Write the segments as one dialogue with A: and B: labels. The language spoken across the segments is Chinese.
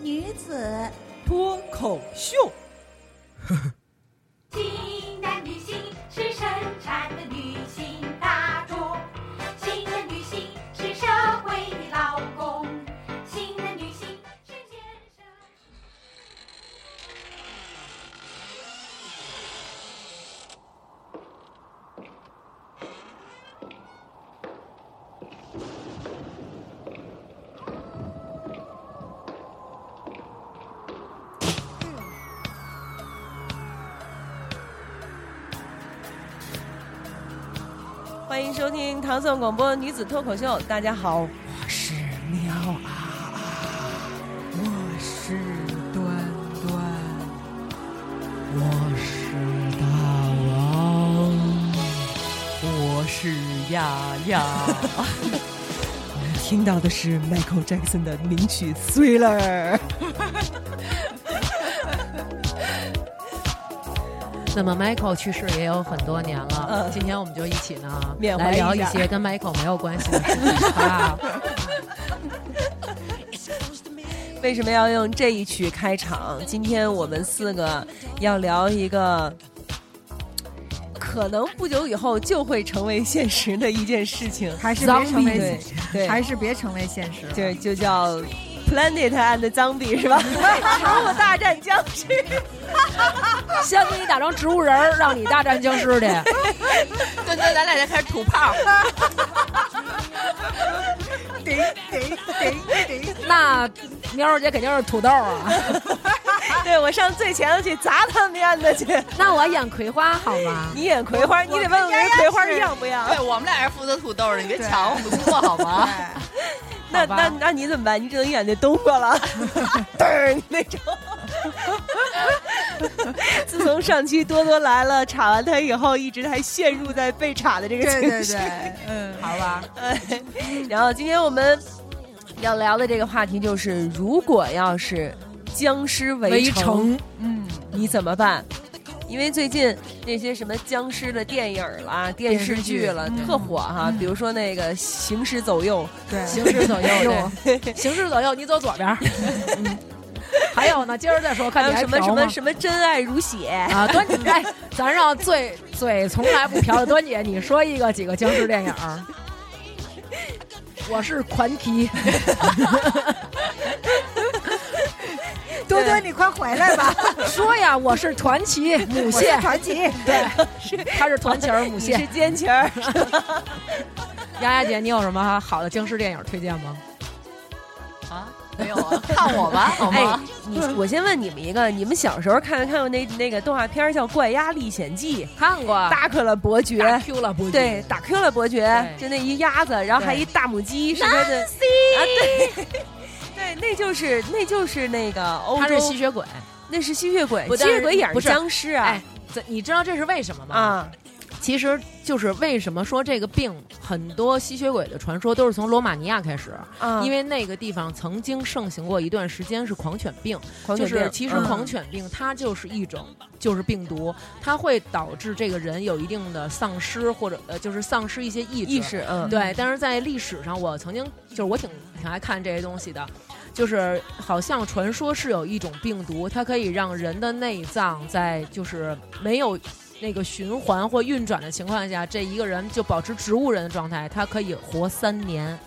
A: 女子
B: 脱口秀。
C: 新的女性是生产的女性大众，新的女性是社会的劳工，新的女性是建设。
B: 欢迎收听唐宋广播女子脱口秀。大家好，我是喵啊啊，我是端端，我是大王，我是亚亚。我们听到的是 Michael Jackson 的名曲《Thriller》。
D: 那么 Michael 去世也有很多年了，今天我们就一起呢
B: 嗯缅怀
D: 来
B: 一下
D: 聊一些跟 Michael 没有关系的事 情，好不好？
B: 为什么要用这一曲开场？今天我们四个要聊一个可能不久以后就会成为现实的一件事情，
A: 还是别成
B: 对
A: 为，
B: 对，
A: 还是别成为现实了。
B: 就就叫 Planet and Zombie 是吧？植物大战僵尸。
D: 先给你打成植物人儿，让你大战僵 尸去。
E: 对对，咱俩就开始吐泡。
A: 得得得得，
D: 那喵儿姐肯定是土豆啊，
B: 对我上最前头去砸他们案子去。
D: 那我演葵花好吗？
B: 你演葵花，你得问问人葵花要不要。
E: 对哎我们俩是负责土豆的，你别抢我们的错好吗？
B: 那
D: 好吧
B: 那那你怎么办？你只能演那冬瓜了，嘚儿那种。自从上期多多来了，查完他以后，一直还陷入在被查的这个
A: 对对
B: 情
A: 对
B: 绪。
A: 对，嗯，
E: 好吧，
B: 对然后今天我们要聊的这个话题就是，如果要是僵尸围城，
D: 城
B: 你怎么办？因为最近那些什么僵尸的电影儿啦、电视剧了，特火哈。比如说那个《行尸走肉》，
A: 对，
D: 行尸 走
B: 哎
D: 肉，对，行尸走肉，你走左边儿。嗯还有呢，今儿再说，看
B: 还
D: 你
B: 有
D: 还
B: 什么
D: 嫖
B: 什
D: 吗
B: 么什么真爱如血，
D: 啊，端姐，哎，咱让最嘴从来不瓢的端姐，你说一个几个僵尸电影儿？我是传奇，
A: 多多你快回来吧，
D: 说呀，我是传奇母
A: 我是
D: 蟹，
A: 传奇，
D: 对，她是传奇儿母
B: 你是
D: 蟹。
B: 奸情儿。
D: 丫丫姐，你有什么好的僵尸电影推荐吗？
E: 啊， 没有啊，看我吧，好
B: 哎
E: 吗？，
B: 你我先问你们一个，你们小时候看没看过那那个动画片儿叫《怪鸭历险记》？
D: 看过，
B: 大克了伯
D: 打
B: 爵，
D: Q 了不？
B: 对，，打 Q 了伯爵，
D: 对
B: 就那一鸭子，然后还一大母鸡，是他的啊，对， 对，那就是那就是那个欧
D: 他
B: 洲
D: 是，吸血鬼。
B: 那是吸血鬼，
D: 不
B: 吸
D: 但是
B: 血鬼也
D: 不
B: 是
D: 是
B: 僵尸啊
D: 哎，这你知道这是为什么吗？
B: 啊，
D: 其实就是为什么说这个病，很多吸血鬼的传说都是从罗马尼亚开始，
B: 啊
D: 因为那个地方曾经盛行过一段时间是狂犬病。
B: 狂
D: 就
B: 犬病
D: 是其实
B: 嗯
D: 狂犬病它就是一种就是病毒，它会导致这个人有一定的丧失或者呃就是丧失一些意志。
B: 意识，嗯，
D: 对，但是在历史上，我曾经就是我挺挺爱看这些东西的，就是好像传说是有一种病毒，它可以让人的内脏在就是没有那个循环或运转的情况下，这一个人就保持植物人的状态，他可以活三年。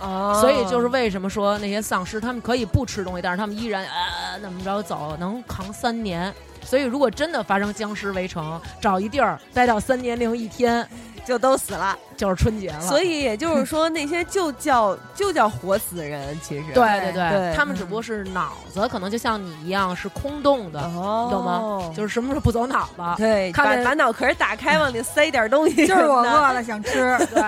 B: 哦，
D: 所以就是为什么说那些丧尸他们可以不吃东西，但是他们依然呃怎么着走，能扛三年。所以如果真的发生僵尸围城，找一地儿待到三年零一天，
B: 就都死了，
D: 就是春节了。
B: 所以也就是说那些就叫就叫活死人，其实哎
D: 对对对，
B: 对嗯
D: 他们只不过是脑子可能就像你一样是空洞的，
B: 哦，
D: 你懂吗？就是是什么时候不走脑子。
B: 对，
D: 看
B: 把
D: 着
B: 把脑壳打开，往里塞点东西，
A: 就是我饿了想吃，
D: 对，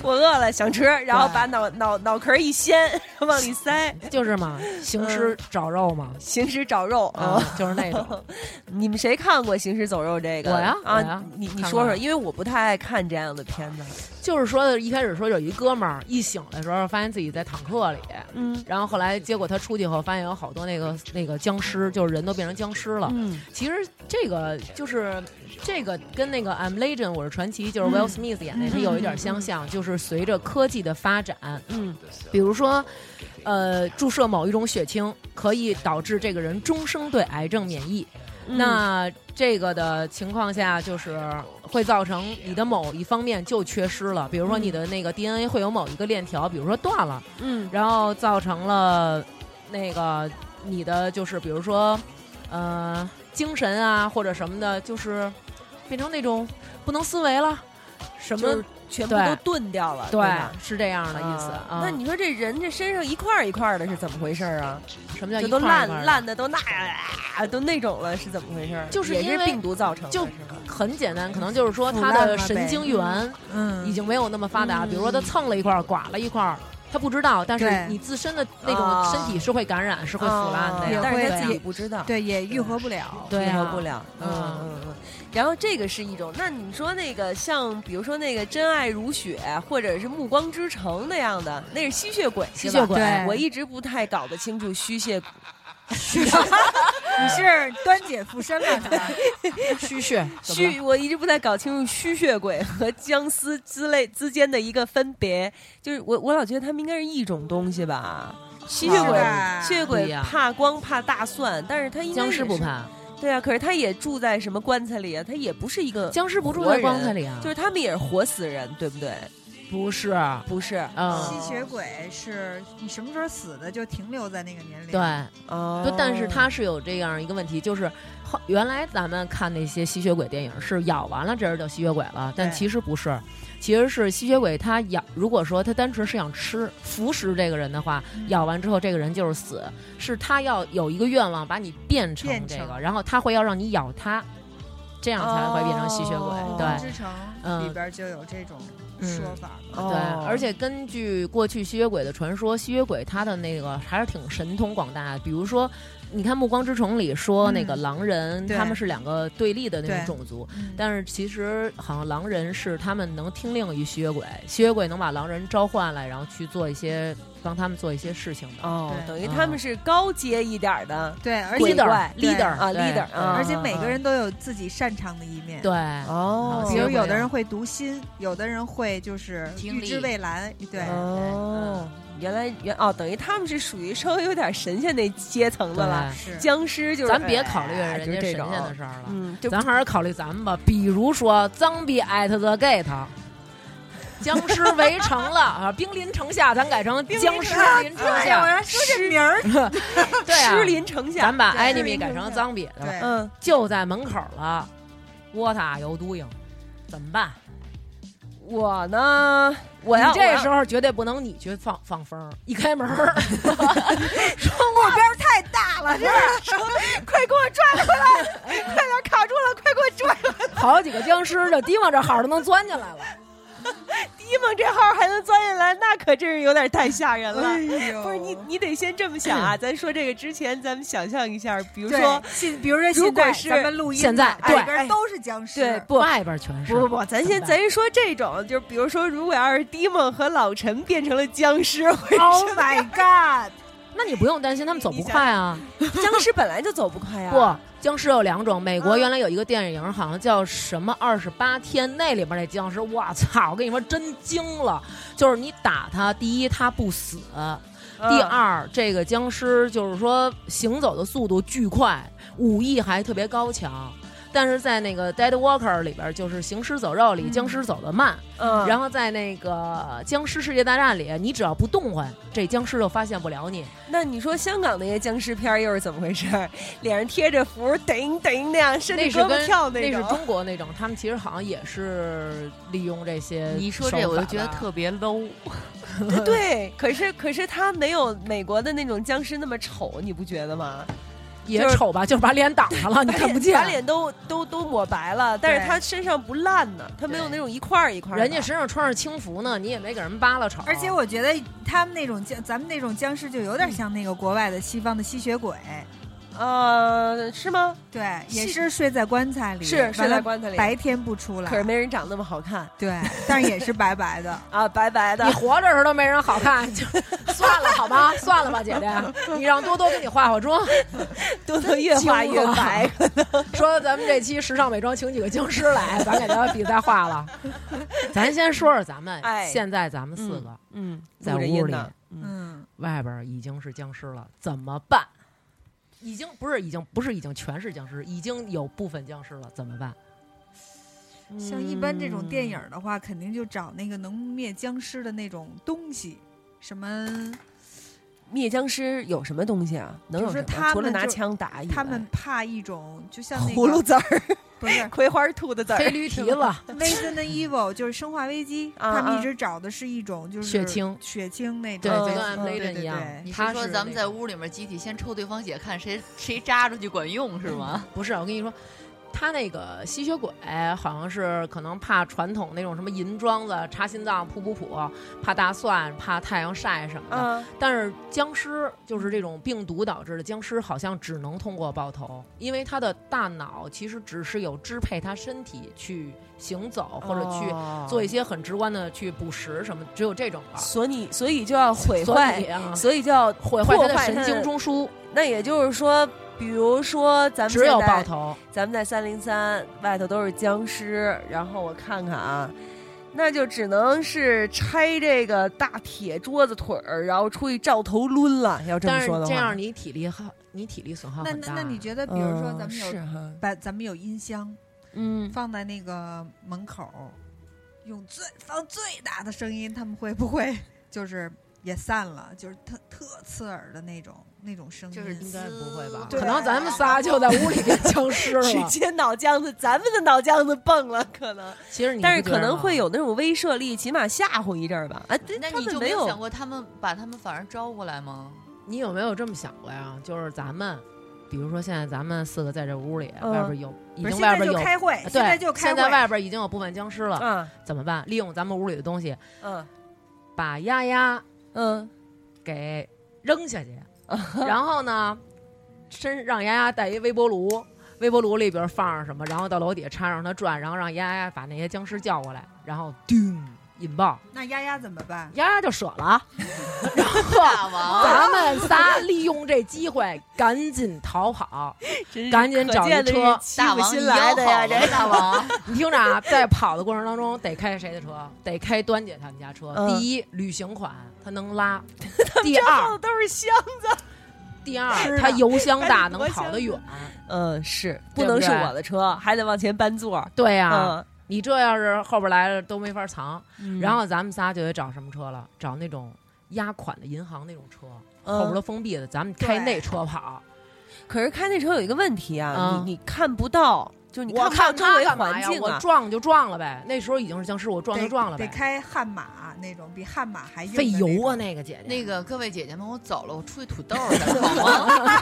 B: 我饿了想吃，然后
D: 对
B: 把脑脑脑壳一掀，往里塞，
D: 就是嘛，行
B: 嗯
D: 尸找肉嘛，
B: 行尸找肉
D: 啊
B: 啊！，
D: 就是那种。
B: 你们谁看过《行尸走肉》这个？
D: 我呀我
B: 啊
D: 呀，
B: 你你
D: 看
B: 说
D: 过
B: 说，因为我不太爱看这样的片子。
D: 就是说，一开始说有一哥们儿一醒的时候，发现自己在坦克里，
B: 嗯
D: 然后后来结果他出去后，发现有好多那个那个僵尸，就是人都变成僵尸了。
B: 嗯
D: 其实这个就是这个跟那个《I'm Legend》我是传奇，
B: 嗯
D: 就是 Will Smith 演的，它有一点相像，就是随着科技的发展，
B: 嗯，
D: 比如说，呃，注射某一种血清可以导致这个人终生对癌症免疫。
B: 嗯
D: 那这个的情况下，就是会造成你的某一方面就缺失了，比如说你的那个 DNA 会有某一个链条，比如说断了，
B: 嗯
D: 然后造成了那个你的就是比如说，呃，精神啊或者什么的，就是变成那种不能思维了，什
B: 就
D: 么
B: 是全部都钝掉了，对吧？
D: 是这样的意思
B: 啊
D: 啊。
B: 那你说这人这身上一块儿一块儿的是怎么回事儿啊？
D: 什么叫
B: 就
D: 一
B: 都
D: 块儿
B: 烂
D: 一块儿的
B: 烂的都那、啊、都那种了，是怎么回事儿？
D: 就是
B: 也
D: 因
B: 是
D: 为
B: 病毒造成的，
D: 就是
B: 吧？
D: 很简单，可能就是说
A: 腐
D: 他
A: 烂了
D: 的
A: 呗
D: 神经元
A: 嗯
D: 已经没有那么发达，
B: 嗯
D: 比如说他蹭了一块儿，刮了一块儿，他不知道，但是
A: 对
D: 你自身的那
B: 啊
D: 种身体是会感染，是会腐烂的
B: 啊
D: 呀。
B: 但是他
D: 对
B: 自己
D: 呀
B: 不知道，
A: 对，也愈合不了。
D: 对
B: 配合
D: 呀
B: 不了，嗯
D: 啊
B: 嗯嗯。然后这个是一种，那你说那个像比如说那个《真爱如雪》或者是《暮光之城》那样的，那是吸血鬼，
D: 吸
B: 是吧
D: 血鬼
A: 对
B: 我一直不太搞得清楚吸血
D: 嗯
A: 你是端姐附身了是吧？
D: 虚血，怎么了
B: 虚，我一直不太搞清楚吸血鬼和僵尸之类之间的一个分别，就是我我老觉得他们应该是一种东西吧。吸血
A: 是
B: 鬼，
A: 吧
B: 吸血
D: 不一
B: 鬼
D: 样
B: 怕光怕大蒜，但是他应该
D: 僵
B: 也
D: 尸不
B: 是，
D: 怕，
B: 对啊，可是他也住在什么棺材里啊？他也不是一个，
D: 僵尸不住在棺材里啊，
B: 就是他们也是活死人，对不对？
D: 不是，
B: 不是，
D: 嗯
A: 吸，血鬼是你什么时候死的就停留在那个年龄。
D: 对，
B: 哦
D: 就但是它是有这样一个问题，就是后原来咱们看那些吸血鬼电影是咬完了这人就吸血鬼了，但
A: 对
D: 其实不是，其实是吸血鬼他咬，如果说他单纯是想吃服食这个人的话，
A: 嗯
D: 咬完之后这个人就是死，是他要有一个愿望把你变成
A: 变
D: 这
A: 成
D: 个，然后他会要让你咬他，这样才会变成吸血鬼，
B: 哦
A: 暮光
D: 对
A: 之。城
D: 嗯
A: 里边就有这种
D: 嗯
A: 说法。
B: 哦
D: 对，而且根据过去吸血鬼的传说，吸血鬼他的那个还是挺神通广大的。比如说，你看《暮光之城》里说
A: 嗯
D: 那个狼人，
A: 对
D: 他们是两个对立的那种
A: 对
D: 种族，
A: 嗯
D: 但是其实好像狼人是他们能听令于吸血鬼，吸血鬼能把狼人召唤来，然后去做一些帮他们做一些事情的。
B: 哦，
A: 对
B: 等于他们是高阶一点儿的
A: 对，而且
D: 嗯 leader
A: 对
D: leader
B: 啊
D: 对
B: leader，
D: 对
B: 啊
A: 而且每
D: 嗯
A: 个人都有自己擅长的一面。
D: 对，
B: 哦
D: 好
A: 比
D: 行
A: 如有的人会读心，有的人会就是
E: 听
A: 预
E: 力
A: 知未来，对，
B: 哦，原来原哦，等于他们是属于稍微有点神仙那阶层的了。
D: 对
A: 是
B: 僵尸就是，
D: 咱别考虑
B: 哎
D: 人
B: 就是
D: 家
B: 这
D: 神
B: 种
D: 仙的事儿了。
B: 嗯，就
D: 咱还是考虑咱们吧，比如说《Zombie at the Gate》，僵尸围 城了啊，兵临城下，咱改成僵尸临城
A: 哎呀，我
D: 下，
A: 要说这名儿，
D: 对啊
B: 狮，临城下。
D: 咱把
A: 对
D: enemy 改成 zombie，
A: 对，
B: 嗯，
D: 就在门口了，What are you doing？怎么办？
B: 我呢， 我要
D: 你这
B: 哎我
D: 时
B: 要
D: 候绝对不能你去放放风儿，一开 门儿，
A: 目标太大了，这
B: 快给我拽回来， 快点卡住了，快给我拽回来！
D: 好几个僵尸就提往这好都能钻进来了。
B: 一猛这号还能钻进来，那可真是有点太吓人了。
A: 哎
B: 哎
A: 呦
B: 不是你，你得先这么想啊。咱说这个之前，咱们想象一下，比如
A: 对
B: 说，
A: 现，比如说
B: 如
A: 现
B: 果
A: 在
B: 是
A: 咱们录音
D: 现在
A: 哎
D: 对
A: 里边都是僵尸，
B: 对，不
D: 外边全是，
B: 不不不，咱先
D: 怎么办
B: 咱说这种，就是比如说，如果要是 d 梦和老陈变成了僵尸，会
A: ，Oh my God，
D: 那你不用担心他们走不快啊。
B: 僵尸本来就走不快呀、
D: 不，僵尸有两种。美
B: 嗯
D: 国原来有一个电影，好像叫什么《二十八天》，那里边那僵尸，我操！我跟你说，真惊了。就是你打它，第一它不死，
B: 嗯
D: 第二这个僵尸就是说行走的速度巨快，武艺还特别高强。但是在那个《Dead Walker》里边，就是《行尸走肉》里，僵尸走得慢。
B: 嗯，
D: 然后在那个《僵尸世界大战》里，你只要不动换，这僵尸就发现不了你。
B: 那你说香港那些僵尸片儿又是怎么回事儿？脸上贴着符，叮叮那样，伸着
D: 那是
B: 胳
D: 跟
B: 膊跳
D: 那
B: 种。
D: 是 中国那种，他们其实好像也是利用这些。
E: 你说这我就觉得特别 low，
B: 对对，可是可是他没有美国的那种僵尸那么丑，你不觉得吗？
D: 也
B: 就是
D: 丑吧，就是把脸挡上了，你
B: 把
D: 看不
B: 脸
D: 见。
B: 把脸都都都抹白了，但是
E: 对
B: 他身上不烂呢，他没有
E: 对
B: 那种一块儿一块儿的。
D: 人家身上穿着清服呢，你也没给人扒拉丑。
A: 而且我觉得他们那种僵，咱们那种僵尸就有
B: 嗯
A: 点像那个国外的西方的吸血鬼，
B: 呃是吗？
A: 对，
B: 吸
A: 也是睡在棺材里，
B: 是睡
A: 完了
B: 在棺材里，
A: 白天不出来，
B: 可是没人长那么好看
A: 对，但是也是白 白的。
B: 啊，白白的
D: 你。活着时候都没人好看， 就算了好吗？算了吧，姐姐，你让多多给你化化妆。
B: 多多越画越 白，
D: 说咱们这期时尚美妆请几个僵尸来，咱给他比赛 化了。咱先说说咱们，
B: 哎
D: 现在咱们四个、
B: 嗯，
D: 在
B: 录着
D: 屋
B: 音
D: 里
B: 呢，嗯，
A: 嗯，
D: 外边已经是僵尸了，怎么办？已经不是已经不是已经全是僵尸，已经有部分僵尸了，怎么办？
A: 嗯像一般这种电影
D: 嗯
A: 儿的话，肯定就找那个能灭僵尸的那种东西，什么
B: 嗯灭僵尸有什么东西啊？能有
A: 就是
B: 什么
A: 他们
B: 除了拿
A: 就
B: 枪打以外，
A: 他们怕一种，就像那
B: 葫芦
A: 个
B: 籽儿、
A: 不是
B: 葵花吐的籽
D: 黑
B: 儿、
D: 驴蹄子，
A: Resident Evil，就是生化危机，
B: 啊
A: 他们
B: 啊
A: 一直找的是一种就是
D: 血清
A: 血清那
D: 对，
A: 种
B: 嗯
A: 东
D: 就跟
A: 西，
D: I'm
B: 嗯
D: Legend 一样
A: 对对。
E: 你是
D: 他
E: 说咱们
D: 那
E: 在
D: 种
E: 屋里面集体先抽对方血，看谁谁扎出去管用是吗？
D: 不是，我跟你说，他那个吸血鬼好像是可能怕传统那种什么银桩子插心脏、噗噗噗，怕大蒜、怕太阳晒什么 的。
B: 啊，
D: 但是僵尸就是这种病毒导致的，僵尸好像只能通过爆头，因为他的大脑其实只是有支配他身体去行走或者去
B: 去
D: 做一。些很直观的去捕食什么，只有这种了。
B: 所以，所以就要毁
D: 所
B: 坏
D: 以，啊，
B: 所以就要
D: 毁坏他的神经。中枢，
B: 那也就是说，比如说咱们
D: 只有
B: 现在
D: 爆头。
B: 咱们在三零三外头都是僵尸，然后我看看啊，那就只能是拆这个大铁桌子腿儿，然后出去照头抡了。要这么
D: 但是
B: 说的话，
D: 这样你体力耗，你体力损耗
A: 那
D: 很大。啊
A: 那那你觉得，比
B: 嗯
A: 如说咱们有
B: 是哈，
A: 把咱们有音箱
B: 嗯，
A: 放在那个门口，用最放最大的声音，他们会不会 就是也散了？就是特特刺耳的那种那种声音，
E: 就是
D: 应该不会吧？
E: 对
D: 可能咱们仨就在屋里变僵尸
B: 去
D: 了。
B: 接脑浆子，咱们的脑浆子蹦了，可能，
D: 其实你
B: 但是
D: 不觉
B: 可
D: 得
B: 能
D: 吗
B: 会有那种威慑力，起码吓唬一阵儿吧。啊，对，
E: 那
B: 他
E: 你
B: 们
E: 就
B: 没
E: 没有想
B: 有，
E: 过他们把他们反而招过来吗？
D: 你有没有这么想过呀？就是咱们，比如说现在咱们四个在这屋里，
B: 嗯
D: 外边有已
A: 不是
D: 经
A: 现
D: 外
A: 在
D: 边
A: 就
D: 有，呃
A: 开会，
D: 对，
A: 现在就开
D: 现在
A: 会。
D: 外边已经有部分僵尸了，
B: 啊，
D: 怎么办？利用咱们屋里的东西，
B: 嗯
D: 把丫丫
B: 嗯，
D: 给扔下 去，然后呢，身让丫丫带一微波炉，微波炉里边放上什么，然后到楼底下插上让它转，然后让丫丫把那些僵尸叫过来，然后叮引爆，
A: 那丫丫怎么办？
D: 丫丫就舍 了，然后。
E: 大王，
D: 咱们仨利用这机会赶紧逃跑，赶紧 找一车。
E: 大王
B: 新来的呀，
E: 你
B: 这
E: 要好了 大王，
D: 你听 着啊，在跑的过程当中得开谁的车？得开端姐他们家车。
B: 嗯
D: 第一，旅行款它 能拉；第
A: 哦
D: 二，
B: 都是香。
D: 第
B: 啊
D: 二它油箱大，能跑得远。
B: 嗯，是，不
D: 对不
B: 能是
D: 对
B: 我的车，还得往前搬座儿。
D: 对啊呀、
B: 嗯，
D: 你这要是后边来了都没法藏。
B: 嗯
D: 然后咱们仨就得找什么车了？找那种押款的银行那种车，后边都
B: 嗯，
D: 封闭的，咱们开那车跑。
B: 可是开那车有一个问题啊，
D: 嗯
B: 你你看不到，就是你
D: 我
B: 不到
D: 看
B: 周
D: 他
B: 围
D: 干嘛
B: 环
D: 呀？
B: 境
D: 我
B: 啊。
D: 撞就撞了呗。那时候已经是僵尸，我撞就
A: 得
D: 撞了呗
A: 得。开悍马啊那种，比悍马还硬的
D: 费油啊，
A: 那
D: 那个姐姐，
E: 那个各位姐姐们，我走了，我出去土豆去了， 好吗？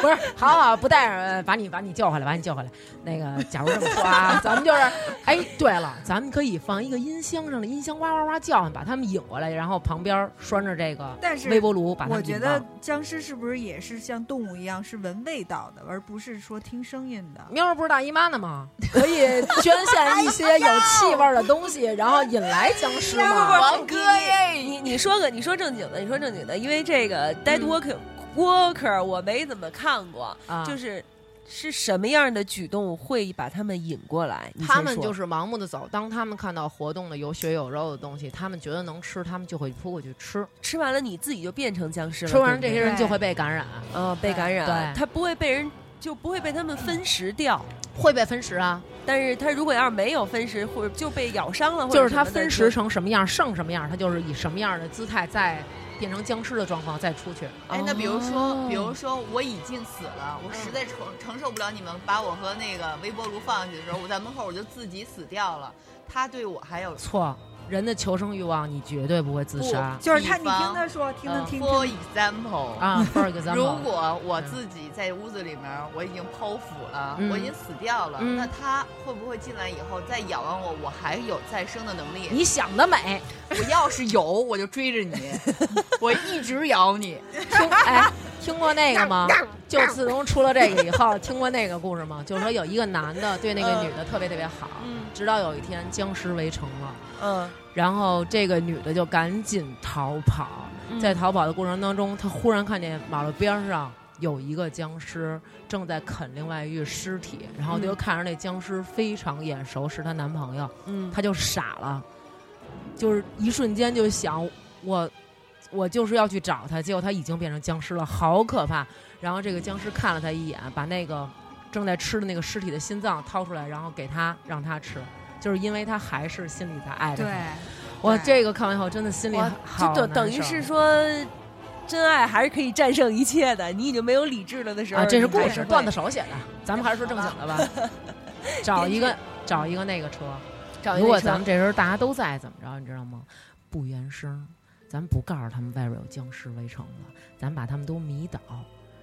D: 不是，好好不带着，把你把你叫回来，把你叫回来。那个，假如这么说啊，咱们就是，哎，对了，咱们可以放一个音箱上的音箱哇哇哇叫唤，把他们引过来，然后旁边拴着这个
A: 但是
D: 微波炉，把他
A: 我
D: 们
A: 觉
D: 引到
A: 得。僵尸是不是也是像动物一样是闻味道的，而不是说听声音的？
D: 喵儿不是大姨妈呢吗？ 可以捐献一些有气味儿的东 西，然后引来僵尸嘛。
E: 王哥耶，
B: 你你说个，你说正经的，你说正经的，因为这个 Dead Walker、Walker 我没怎么看过，
D: 啊，
B: 就是是什么样的举动会把他们引过来？你
D: 他
B: 先
D: 们
B: 说
D: 就是盲目的走，当他们看到活动的有血有肉的东西，他们觉得能吃，他们就会扑过去吃，
B: 吃完了，你自己就变成僵尸了。
D: 吃完了
B: 对不
D: 这些
B: 对
D: 人就会被感染，
B: 嗯被感染，
D: 对
B: 他不会被人就不会被他们分食掉。
D: 会被分食啊。
B: 但是他如果要是没有分食，或者就被咬伤了，或者
D: 就是它
B: 什么的
D: 分食成什么样，剩什么样，它就是以什么样的姿态再变成僵尸的状况再出去。
E: 哎，那比如
B: 哦
E: 说，比如说我已经死了，我实在承承受不了你们把我和那个微波炉放下去的时候，我在门口我就自己死掉了。他对我还有
D: 错，人的求生欲望，你绝对不会自杀
A: 就是他，
E: 比
A: 你
E: 方
A: 听他说，听他
E: 嗯
A: 听
E: ，for
A: 听，
E: example，
D: 啊。For example，
E: 如果我自己在屋子里面，我已经剖腹了，
D: 嗯
E: 我已经死掉了，
D: 嗯
E: 那他会不会进来以后再咬完我，我还有再生的能力？
D: 你想得美，
E: 我要是有，我就追着你，我一直咬你。
D: 听哎，听过那个吗？就自从出了这个以后，听过那个故事吗？就是说有一个男的对那个女的特别特别好，直到有一天僵尸围城了，
B: 嗯，
D: 然后这个女的就赶紧逃跑，在逃跑的过程当中，她忽然看见马路边上。有一个僵尸正在啃另外一具尸体，然后就看着那僵尸非常眼熟，是她男朋友，
B: 嗯，
D: 她就傻了，就是一瞬间就想我，我就是要去找他，结果他已经变成僵尸了，好可怕。然后这个僵尸看了他一眼，把那个正在吃的那个尸体的心脏掏出来，然后给他让他吃，就是因为他还是心里在爱着
A: 对
D: 他。，哇，
A: 对
D: 这个看完以后真的心里
B: 哇
D: 好
B: 就等等于
D: 难受
B: 是说，真爱还是可以战胜一切的。你已经没有理智了的时候，
D: 啊，这是
B: 你
D: 故
B: 还
D: 事
B: 会
D: 段子手写的，咱们还是说正经 的吧。找一个找一个那个车，
B: 找一
D: 如果
B: 位
D: 咱
B: 车
D: 们这时候大家都在，怎么着，你知道吗？不言声，咱不告诉他们外边有僵尸围城了，咱把他们都迷倒，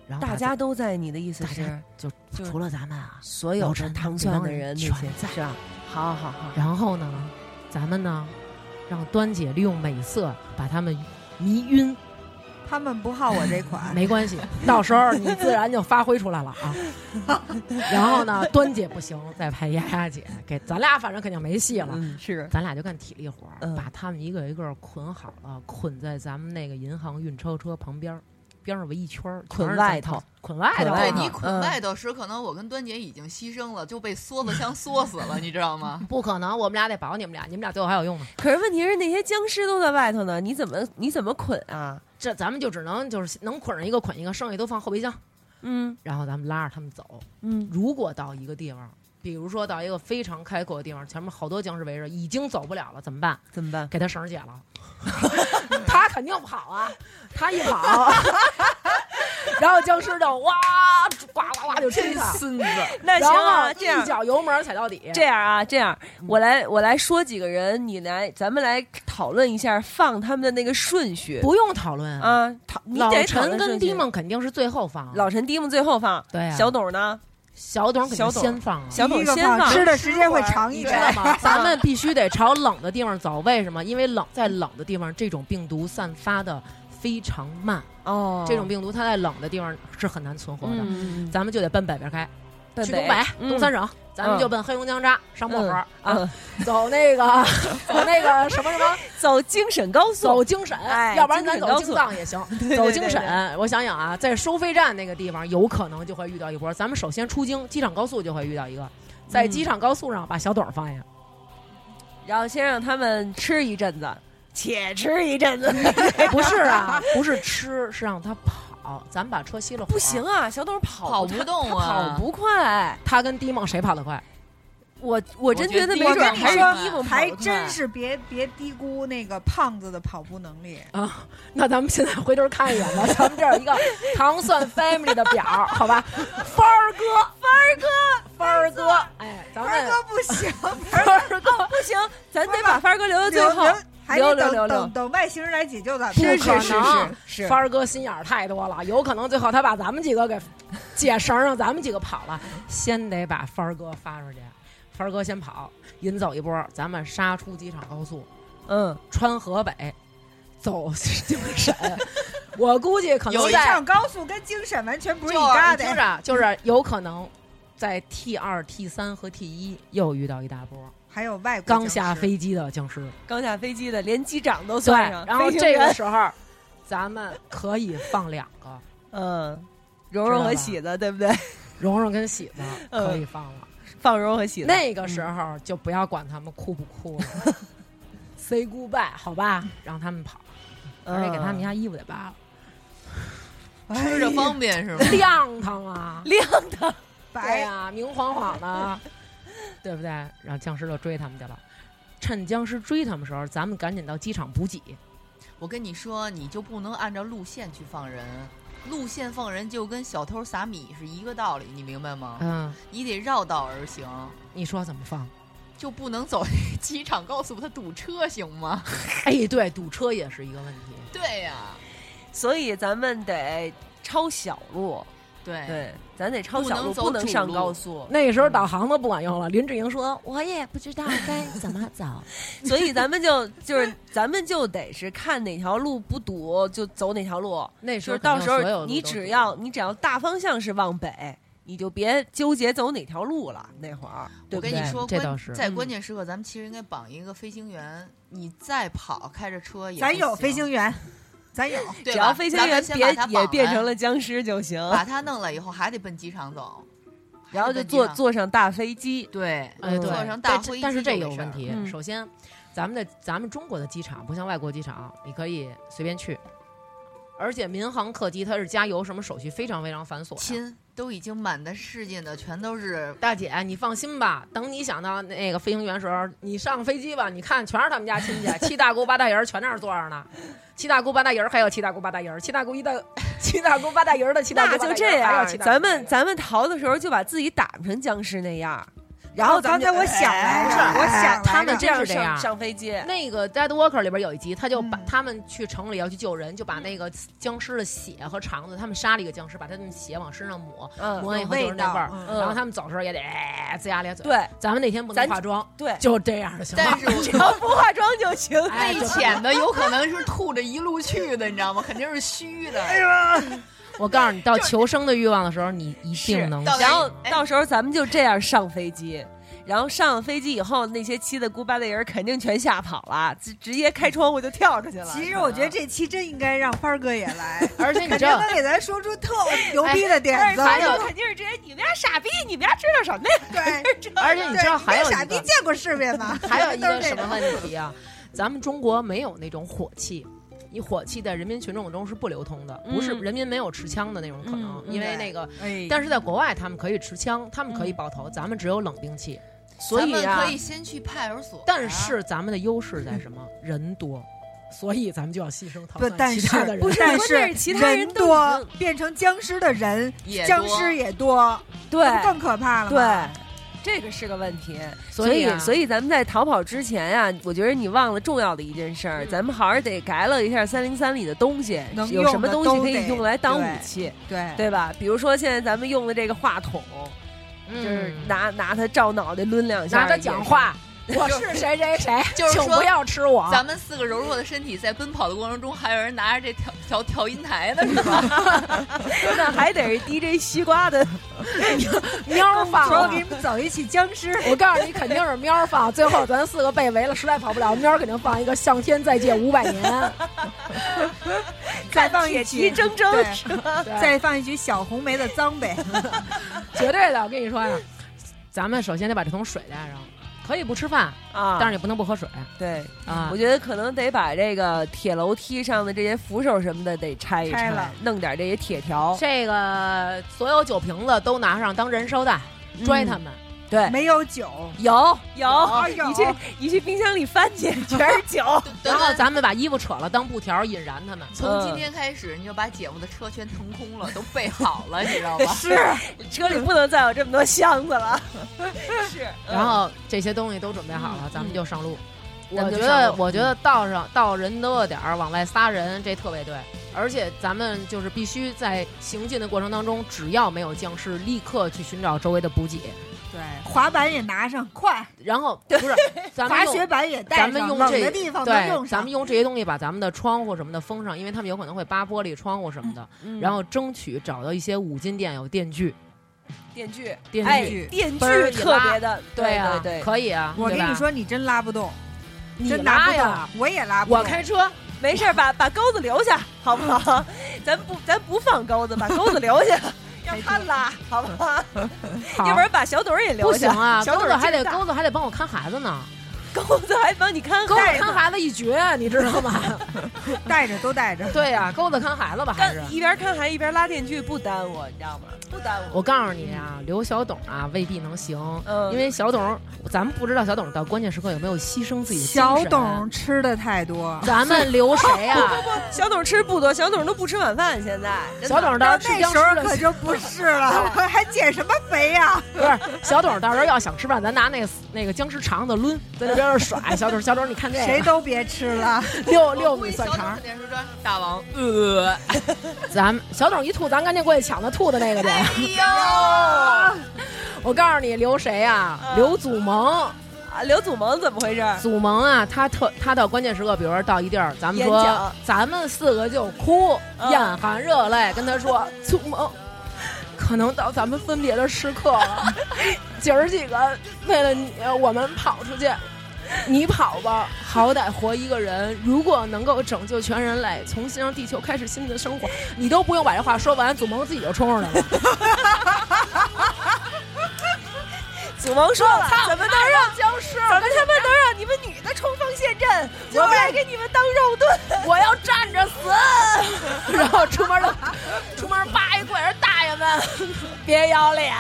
D: 然后
B: 大
D: 把
B: 家都在，你的意思
D: 大家
B: 是
D: 就
B: 就是
D: 除了咱们啊，
B: 所有
D: 老
B: 的
D: 陈
B: 糖
D: 这
B: 蒜
D: 帮
B: 的
D: 人
B: 人
D: 全
B: 那些
D: 在
B: 是吧？好好好，
D: 然后呢，咱们呢，让端姐利用美色把他们迷晕，
A: 他们不好我这款，
D: 没关系，到时候你自然就发挥出来了啊。 然后呢，端姐不行，再派丫丫姐给咱俩，反正肯定没戏了。
B: 嗯是
D: 咱俩就干体力活儿，
B: 嗯
D: 把他们一个一个捆好了，捆在咱们那个银行运钞车旁边儿，边上围一圈儿，
B: 捆
D: 全是咱
B: 外头
D: 们，捆外头
B: 捆
D: 啊，
B: 外
E: 对
B: 头
E: 你捆
B: 嗯
E: 外头时，可能我跟端姐已经牺牲了，就被梭子枪缩死了，你知道吗？
D: 不可能，我们俩得保你们俩，你们俩对我还有用呢。
B: 可是问题是那些僵尸都在外头呢，你怎么你怎么捆啊？
D: 这咱们就只能就是能捆上一个捆一个，剩下都放后备箱，
B: 嗯
D: 然后咱们拉着他们走。
B: 嗯，
D: 如果到一个地方，比如说到一个非常开阔的地方，前面好多僵尸围着，已经走不了了，怎么办？
B: 怎么办？
D: 给他绳儿解了， 他肯定跑啊，他一跑， 然后僵尸就哇呱呱呱就追他，
E: 孙子，
B: 那
D: 然
B: 行
D: 后
B: 啊，这
D: 一
B: 样
D: 脚油门踩到底，
B: 这样啊，这样我来我来说几个人，你来咱们来讨论一下放他们的那个顺序
D: 不用讨论。
B: 啊。讨你
D: 老
B: 得讨
D: 陈
B: 论
D: 跟
B: 顺序
D: 迪梦肯定是最后放，
B: 老陈迪梦最后放，
D: 对啊
B: 小董呢？
D: 小董肯定
B: 小董
D: 先放啊。
B: 小
A: 第
B: 董
A: 一个
B: 先
A: 放
B: 放，
A: 吃的时间会长一
D: 你知
A: 点
D: 道。吗？咱们必须得朝冷的地方走。为什么？因为冷在冷的地方，这种病毒散发的非常慢。
B: 哦，
D: 这种病毒它在冷的地方是很难存活的。
B: 嗯，
D: 咱们就得奔北边开，
B: 奔
D: 去
B: 北
D: 东北、
B: 嗯
D: 东三省，咱们
B: 嗯
D: 就奔黑龙江扎上漠河、
B: 嗯
D: 啊， 走那个走那个什么什么，
B: 走京沈高速，
D: 走京沈，
B: 哎
D: 要不然咱
B: 京沈
D: 走
B: 高
D: 京
B: 速
D: 藏也行。
B: 对
D: 走
B: 对
D: 京
B: 对
D: 沈
B: 对，
D: 我想想啊，在收费站那个地方有可能就会遇到一波。咱们首先出京，机场高速就会遇到一个，
B: 嗯
D: 在机场高速上把小董放 下，
B: 然后先让他们吃一阵子，且吃一阵子，
D: 不是啊，不是吃，是让他跑。咱把车熄了，
B: 不行。啊，小董跑
E: 跑
B: 不
E: 不动
B: 他
E: 啊
B: 跑不快。
D: 他跟迪梦谁跑得快？
B: 我我真觉得没
E: 我
B: 准
E: 觉得
B: 儿
E: 你
B: 还是
E: 说
B: 迪梦跑得
A: 还
B: 快
A: 真是别别低估那个胖子的跑步能力，
D: 啊，那咱们现在回头看一眼吧，咱们这儿有一个糖蒜 family 的表，好吧？帆儿哥，帆儿哥，帆儿哥，哎，咱
A: 凡
D: 们
A: 哥不 行，
D: 帆儿哥
B: 不行，咱得把帆儿哥留到最
A: 留
B: 后
A: 留。还得
B: 留留留
A: 等
B: 留
A: 等等外星人来解救咱们。
D: 不
B: 是
D: 可
B: 是
D: 能，
B: 是是
D: 帆儿哥心眼儿太多了，有可能最后他把咱们几个给解绳儿，让咱们几个跑了。先得把帆儿哥发出去，帆儿哥先跑，引走一波，咱们杀出机场高速，
B: 嗯，
D: 穿河北，走京沈。 我估计可能
A: 机
D: 在
A: 场高速跟精神完全不是一
D: 就
A: 搭
D: 是
A: 的
D: 听。着，就是啊有可能在 T 二、T 三和 T 一又遇到一大波
A: 还有外国
D: 刚
A: 僵
D: 下
A: 尸，
D: 飞机的僵尸。
B: 刚下飞机的连机长都
D: 对，
B: 算上，
D: 然后
B: 飞行
D: 这个
B: 员
D: 时候，咱们可以放两个，
B: 嗯，蓉蓉和喜子对不 对？
D: 蓉蓉跟喜子可以放了。
B: 放蓉蓉嗯和喜子，嗯
D: 那个时候就不要管他们哭不哭了 ，say goodbye 好吧，让他们跑，
B: 嗯
D: 而且给他们
B: 家
D: 家衣服得扒了，
E: 吃着方便是吗？
D: 亮堂啊，
B: 亮的，
D: 对
A: 白
D: 呀，明晃晃的，对不对？然后僵尸就追他们去了。趁僵尸追他们时候，咱们赶紧到机场补给。
E: 我跟你说，你就不能按照路线去放人，路线放人就跟小偷撒米是一个道理，你明白吗？
D: 嗯，
E: 你得绕道而行。
D: 你说怎么放？
E: 就不能走那机场高速，它堵车行吗？
D: 哎，对，堵车也是一个问题。
E: 对呀、
B: 所以咱们得抄小路，
E: 对
B: 对，咱得抄
E: 哎不
B: 小
E: 能
B: 路，
E: 走
B: 不能
E: 主
B: 上
E: 路
B: 高速。
D: 那时候导航都不管用了，林志颖说
F: 我也不知道该怎么走。
B: 所以咱们就就是咱们就得是看哪条路不堵就走哪条路，
D: 那时
B: 就
D: 候
B: 是到时
D: 肯定所有
B: 候
D: 路
B: 你
D: 都
B: 只
D: 堵
B: 要你只要大方向是往北，你就别纠结走哪条路了。那会儿，对不
E: 我跟
B: 对
E: 你说，
D: 这
E: 关
D: 倒是
E: 在关键时刻，咱们其实应该绑一个飞行员，你再跑开着车也
A: 咱
E: 不
A: 有
E: 行
A: 飞行，员，咱有。
E: 对
B: 只
E: 吧
B: 要飞行
E: 咱们
B: 员
E: 先
B: 别
E: 把他绑
B: 也变
E: 来
B: 成了僵尸就行，
E: 把他弄了以后，还得奔机场走，
B: 然后
E: 还得
B: 就坐
E: 奔机场
B: 坐上大飞机。
E: 对，
D: 哎，对，
E: 坐上呃大
D: 但
E: 飞机
D: 但是这
E: 就
D: 有
E: 没事
D: 问
E: 儿
D: 题。
B: 嗯
D: 首先，咱们的咱们中国的机场不像外国机场，你可以随便去，而且民航客机它是加油，什么手续非常非常繁琐的。
E: 亲都已经满的世界呢，全都是
D: 大姐，你放心吧，等你想到那个飞行员时候，你上飞机吧，你看全是他们家亲戚，七大姑八大姨儿全那儿坐着呢。七大姑八大姨儿还有七大姑八大姨儿，七大姑一大 七大姑八大姨儿的七大
B: 那
D: 姑八
B: 就
D: 大姨
B: 这
D: 儿，还有
B: 样
D: 七，大姑八大姨
B: 咱
D: 儿
B: 们咱们逃的时候就把自己打扮成僵尸那样，然后咱
A: 刚
B: 们就
A: 才我想来着，我想来着
D: 他们
B: 这
D: 真是这
B: 上
D: 样
B: 上飞机。
D: 那个《Dead Walker》里边有一集，他就把
A: 嗯
D: 他们去城里要去救人，就把那个僵尸的血和肠子，他们杀了一个僵尸，把他们血往身上抹，抹
B: 嗯，
D: 完以
A: 有
D: 后就
A: 味
D: 是那味儿
A: 道。嗯
D: 然后他们走的时候也得哎龇牙咧嘴。，
B: 对
D: 咱们那天不能
B: 咱
D: 化妆，
B: 对，
D: 就这样就行了。
E: 但是我
B: 只要不化妆就行。
D: 哎
E: 最
D: 就
E: 浅的有可能是吐着一路去的，你知道吗？肯定是虚的。
D: 我告诉你，到求生的欲望的时候，你一定能
E: 是。到
B: 然后
E: 哎
B: 到时候咱们就这样上飞机，然后上了飞机以后，那些七大姑八大姨儿肯定全吓跑了，直直接开窗户就跳出去了。
A: 其实我觉得这期真应该让帆儿哥也 来，
D: 而且你
A: 肯
D: 知
A: 定
D: 道，
A: 能给咱说出特牛逼的点子。
D: 哎
B: 反
D: 但是
B: 正肯定是直接你们俩傻逼，你们俩知道什么呀？
A: 对，
D: 而且你知道
A: 对
D: 还有
A: 跟傻
D: 一
A: 逼
D: 个，
A: 见过世面吗？
D: 还有一
A: 都是
D: 个
A: 这
D: 什么
A: 种
D: 问题啊？咱们中国没有那种火器。你火器在人民群众中是不流通的，不是
B: 嗯
D: 人民没有持枪的那种可能，
B: 嗯
D: 因为
E: 对
D: 那个
A: 哎
D: 但是在国外，他们可以持枪，他们可以爆头，咱们只有冷兵器。
B: 所以
E: 咱
B: 啊
E: 们可，以先去派出所啊，
D: 但是咱们的优势在什么？人多，所以咱们就要牺牲逃
A: 不，但
D: 算
A: 是
D: 其他的人。
A: 不
B: 是
A: 但
B: 我说那是其他人
A: 人
B: 都
A: 多
B: 已，
A: 变成僵尸的人，
E: 也
A: 僵
E: 多
A: 尸也多，
B: 对
A: 那不更可怕了吗？
B: 对，这个是个问题。
D: 所
B: 所
D: 以
B: 以
D: 啊，
B: 所以咱们在逃跑之前啊，我觉得你忘了重要的一件事儿，
D: 嗯
B: 咱们好好得改了一下三零三里的东西
A: 能，
B: 有
A: 用
B: 什么
A: 的
B: 东西
A: 都
B: 可以
A: 得
B: 用来当
A: 对
B: 武器，
A: 对
B: 对吧？比如说现在咱们用的这个话筒，
D: 嗯
B: 就是拿拿它照脑袋抡两下，
D: 拿着讲。话， 我是谁谁谁，
E: 就是
D: 请
E: 说
D: 不要吃我。
E: 咱们四个柔弱的身体在奔跑的过程中，还有人拿着这调调调音台呢，是吧？
B: 那还得是 DJ 西瓜的，
D: 喵儿放
A: 说
D: 了
A: 我给。你们走一起僵尸，
D: 我告诉你，肯定是喵儿放。最后咱四个被围了，实在跑不了，喵儿肯定放一个“向天再借五百年
A: 再放
B: 野
A: 一
B: 鸡
A: 曲，
B: 铮铮，
A: 对，再放一曲小红梅的《脏呗》，
D: 绝对的。我跟你说呀，咱们首先得把这桶水带上，可以不吃饭，
B: 啊，
D: 但是也不能不喝水
B: 对，
D: 啊
B: 我。觉得可能得把这个铁楼梯上的这些扶手什么的得拆一
A: 拆了
B: 弄点这些铁条，
D: 这个所有酒瓶子都拿上当燃烧弹，拽他们。
B: 对，
A: 没有酒，
B: 有有，
D: 哎
A: 有有
B: 你去你去冰箱里翻 去，全是酒。
D: 然
E: 然
D: 后
E: 后
D: 咱们嗯把衣服扯了当布条引燃他们。
E: 从
B: 嗯
E: 今天开始，你就把姐夫的车全腾空了，都备好了，你知道吧？
B: 是， 车里不能再有这么多箱子 了。嗯是，
D: 然后这些东西都准备好了，咱们就上路。
B: 咱
D: 我
B: 们
D: 觉
B: 就
D: 得，
B: 上路
D: 我觉得到上到人多的点儿往外撒人，这特别对。而且咱们就是必须在行进的过程当中，只要没有僵尸，立刻去寻找周围的补给。
A: 对，滑板也拿上，快，
D: 然后不是，咱们
A: 滑
D: 用
A: 雪板也带上，
D: 咱们用
A: 冷
D: 这
A: 的地方都用
D: 对，咱
A: 上
D: 们。用这些东西把咱们的窗户什么的封上，因为他们有可能会扒玻璃窗户什么的。
B: 嗯
D: 然后争取找到一些五金店有电锯，
B: 电锯，
D: 电
B: 哎
D: 锯，
B: 电
D: 嘣儿
B: 锯
D: 一
B: 特
D: 拉
B: 别的，
D: 啊，
B: 对对，
D: 可以啊。
A: 我
D: 对
A: 跟
D: 吧
A: 你，说，你真拉不动，
D: 你
A: 真拿
D: 拉
A: 不
D: 呀，
A: 动，我也拉不动。
D: 我开车，
B: 没事儿，把把钩子留下， 好不好？ 咱不咱不放钩子，把钩子留下。让他拉，好不 好？要不然把小盹儿也留
D: 不行
B: 下
D: 啊，
B: 小
D: 钩
B: 盹
D: 子
B: 儿
D: 还
B: 劲
D: 得
B: 儿大
D: 钩子还得帮我看孩子呢。
B: 钩子还帮你看
D: 钩子
B: 孩
D: 看
B: 子，
D: 孩子一绝，啊你知道吗？
A: 带着都带着，
D: 对呀、钩子看孩子吧，还是。
B: 干一边看孩子一边拉电锯，不耽误，你知道吗？不耽误。
D: 我告诉你啊，刘小董啊未必能行，
B: 嗯
D: 因为小董，咱们不知道小董到关键时刻有没有牺牲自己的精神啊
A: 小董，吃的太多，
D: 咱们留谁啊？
B: 小董吃不多，小董都不吃晚饭，现在真的
D: 小董到
A: 到
D: 时候吃
A: 那
D: 僵
A: 时候
D: 尸
A: 可
D: 的，
A: 就不是 了，我还减什么肥呀、
D: 不是小董到时候要想吃饭，咱拿那个那个僵尸肠子抡，在那边儿甩小董，小董你看这
A: 谁
D: 个
A: 都别吃了，
D: 六 六
E: 估
D: 米
E: 计
D: 蒜
E: 小董
D: 肠
E: 肯，定是说大王，呃，
D: 咱们小董一吐，咱赶紧过去抢他吐的那个去。
E: 哎呦，
D: 我告诉你，留谁啊？
B: 嗯
D: 留祖萌，
B: 啊刘祖萌怎么回事？
D: 祖萌啊，他特他到关键时刻，比如说到一地儿，咱们
B: 演
D: 说
B: 讲
D: 咱们四个就哭，
B: 嗯
D: 眼含热泪，跟他 说祖萌，可能到咱们分别的时 刻了，姐儿几个为了你，我们跑出去。你跑吧，好歹活一个人。如果能够拯救全人类，重新让地球开始新的生活，你都不用把这话说完，祖萌自己就冲上来 了。
B: 祖萌说了，怎么能让
D: 僵尸，
B: 怎么他妈能让你们女的冲锋陷阵？我们来给你们当肉盾。
D: 我要站着死。 然后出门了，出门扒一柜人大爷们， 别要脸。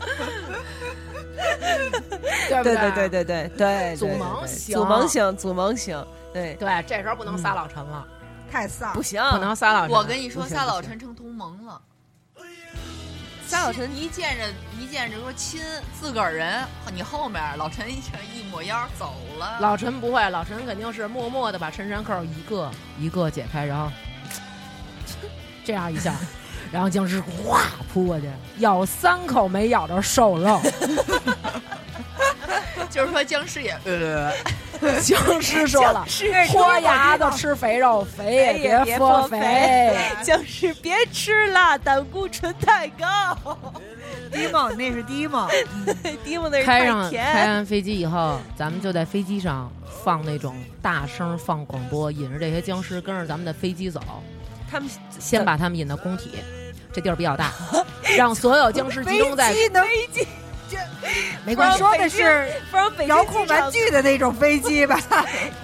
D: 对
B: 对对
D: 不对
B: 对对对对，
D: 祖萌
B: 对对对
D: 行
B: 祖萌行，祖萌行，对，
D: 对这时候不能撒老陈了，
A: 太丧
B: 不。行，
D: 嗯不能撒老陈。
E: 我跟你说，
B: 不行
E: 撒老陈成同盟了。
B: 撒老陈
E: 一见着一见着说亲自个儿人，你后面老陈一一抹腰走了。
D: 老陈不会，老陈肯定是默默的把衬衫扣一个一个解开，然后这样一下， 然后僵尸哗扑过去，咬三口没咬着瘦肉，
E: 就是说僵尸也呃，
D: 僵尸说了。
B: 是
D: 豁牙子吃肥肉，肥也别泼肥。
B: 僵尸别吃了，胆固醇太高。
A: Dimo 那是 Dimo，
B: 蒂姆那是
D: 开
B: 太
D: 上开
B: 甜，
D: 完飞机以后，咱们就在飞机上放那种大声放广播，引着这些僵尸跟着咱们的飞机走，
B: 他们
D: 先把他们引到工体，这地儿比 较大，让所有僵尸集中在
B: 飞机能飞机
D: 没关
A: 我
D: 系，
A: 说的是
B: from 北京
A: 遥控玩具的那种飞机吧？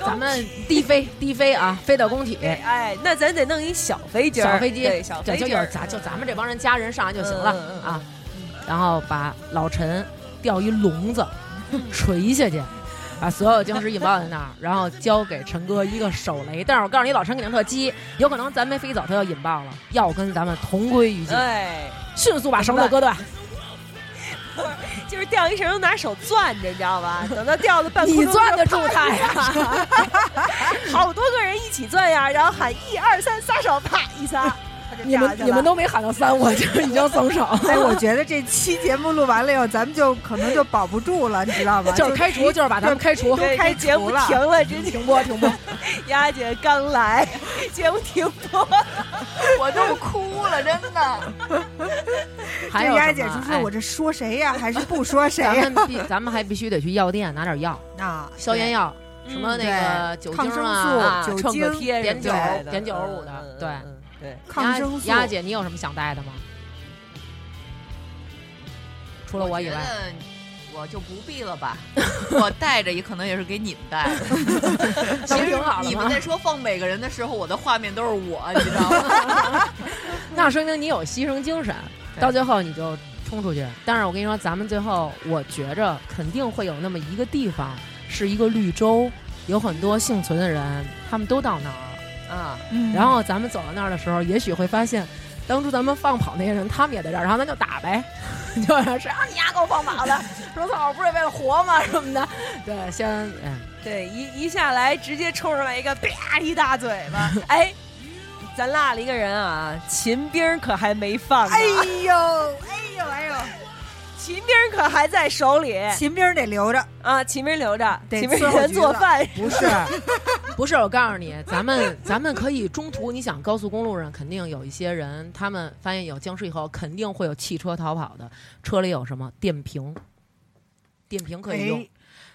D: 咱们低飞低飞啊，飞到工体。
B: 哎哎，那咱得弄一小飞机儿，
D: 小飞机
B: 对，小
D: 对，
B: 飞
D: 就
B: 机
D: 有
B: 儿，
D: 咱就咱们这帮人家人上来就行了、
B: 嗯嗯嗯
D: 啊。然后把老陈吊一 笼子，垂下去，把所有僵尸引爆在那儿，然后交给陈哥一个手雷。但是我告诉你，老陈肯定特鸡，有可能咱没飞走，他就引爆了，要跟咱们同归于尽，
B: 哎，
D: 迅速把绳子割断。
B: 就是吊一绳子拿手攥着，你知道吧？等到吊到半空
D: 你
B: 中，
D: 攥得住他 呀？
B: 好多个人一起攥呀，然后喊一二三撒手，啪一撒，他就
D: 你们
B: 掉下去
D: 你们
B: 了
D: 都没喊到三，我就已经 松手。
A: 哎，我觉得这期节目录完了以后，咱们就可能就保不住了，你知道吗？
D: 就是开除，就是把咱们开除。
B: 对，
A: 开
B: 这节
A: 除
B: 目
A: 了
B: 停了，真
D: 停播停播，
B: 丫姐刚来， 节目停播。
E: 我都哭了，真的。
D: 还
A: 这
D: 有
A: 丫
D: 什
A: 姐
D: 么
A: 就
D: 哎
A: 说我这说谁呀、还是不说谁
B: 啊
A: 呀、
D: 咱们必咱们还必须得去药店拿点 药，
A: 啊？
D: 消炎药，什
B: 嗯
D: 么那个
A: 对
D: 酒
A: 抗
D: 精
A: 生素
D: 啊，
A: 酒
B: 蹭个
A: 精
B: 贴什
D: 碘酒
B: 么之类的
D: 碘酒
B: 嗯
D: 五的
B: 嗯
D: 对
B: 嗯对，
A: 抗生素。
D: 丫丫姐，你有什么想带的吗？除了我以
E: 觉
D: 外，
E: 得我就不必了吧， 我带着也可能也是给你们带 的。
D: 那
E: 其
D: 不
E: 实
D: 挺好的
E: 你们
D: 吗？
E: 在说放每个人的时候，我的画面都是我，你知道 吗？
D: 那说明你有牺牲精神，
E: 对
D: 到最后你就冲出去。但是我跟你说，咱们最后我觉着肯定会有那么一个地方，是一个绿洲，有很多幸存的人，他们都到那儿了。
B: 啊，
A: 嗯
D: 然后咱们走到那儿的时候，也许会发现，当初咱们放跑那些人，他们也在这儿，然后咱就打呗， 就是谁让你丫给我放跑的，说操，我不是为了活吗？ 什么的，对，先嗯，
B: 对，一一下来直接冲上来一个，啪一大嘴巴，哎。咱落了一个人啊，秦兵可还没放呢，
A: 哎呦，哎呦，哎呦，
B: 秦兵可还在手里
D: 哎
A: 秦兵得留着，
B: 啊，秦兵留着，
A: 得
B: 秦兵
A: 伺候
B: 人
A: 局
B: 做
A: 了
B: 饭，
D: 不是，不是，我告诉你，咱们咱们可以中途，你想高速公路上肯定有一些人，他们发现有僵尸以后，肯定会有汽车逃跑的，车里有什么电瓶，电瓶可以用，
A: 哎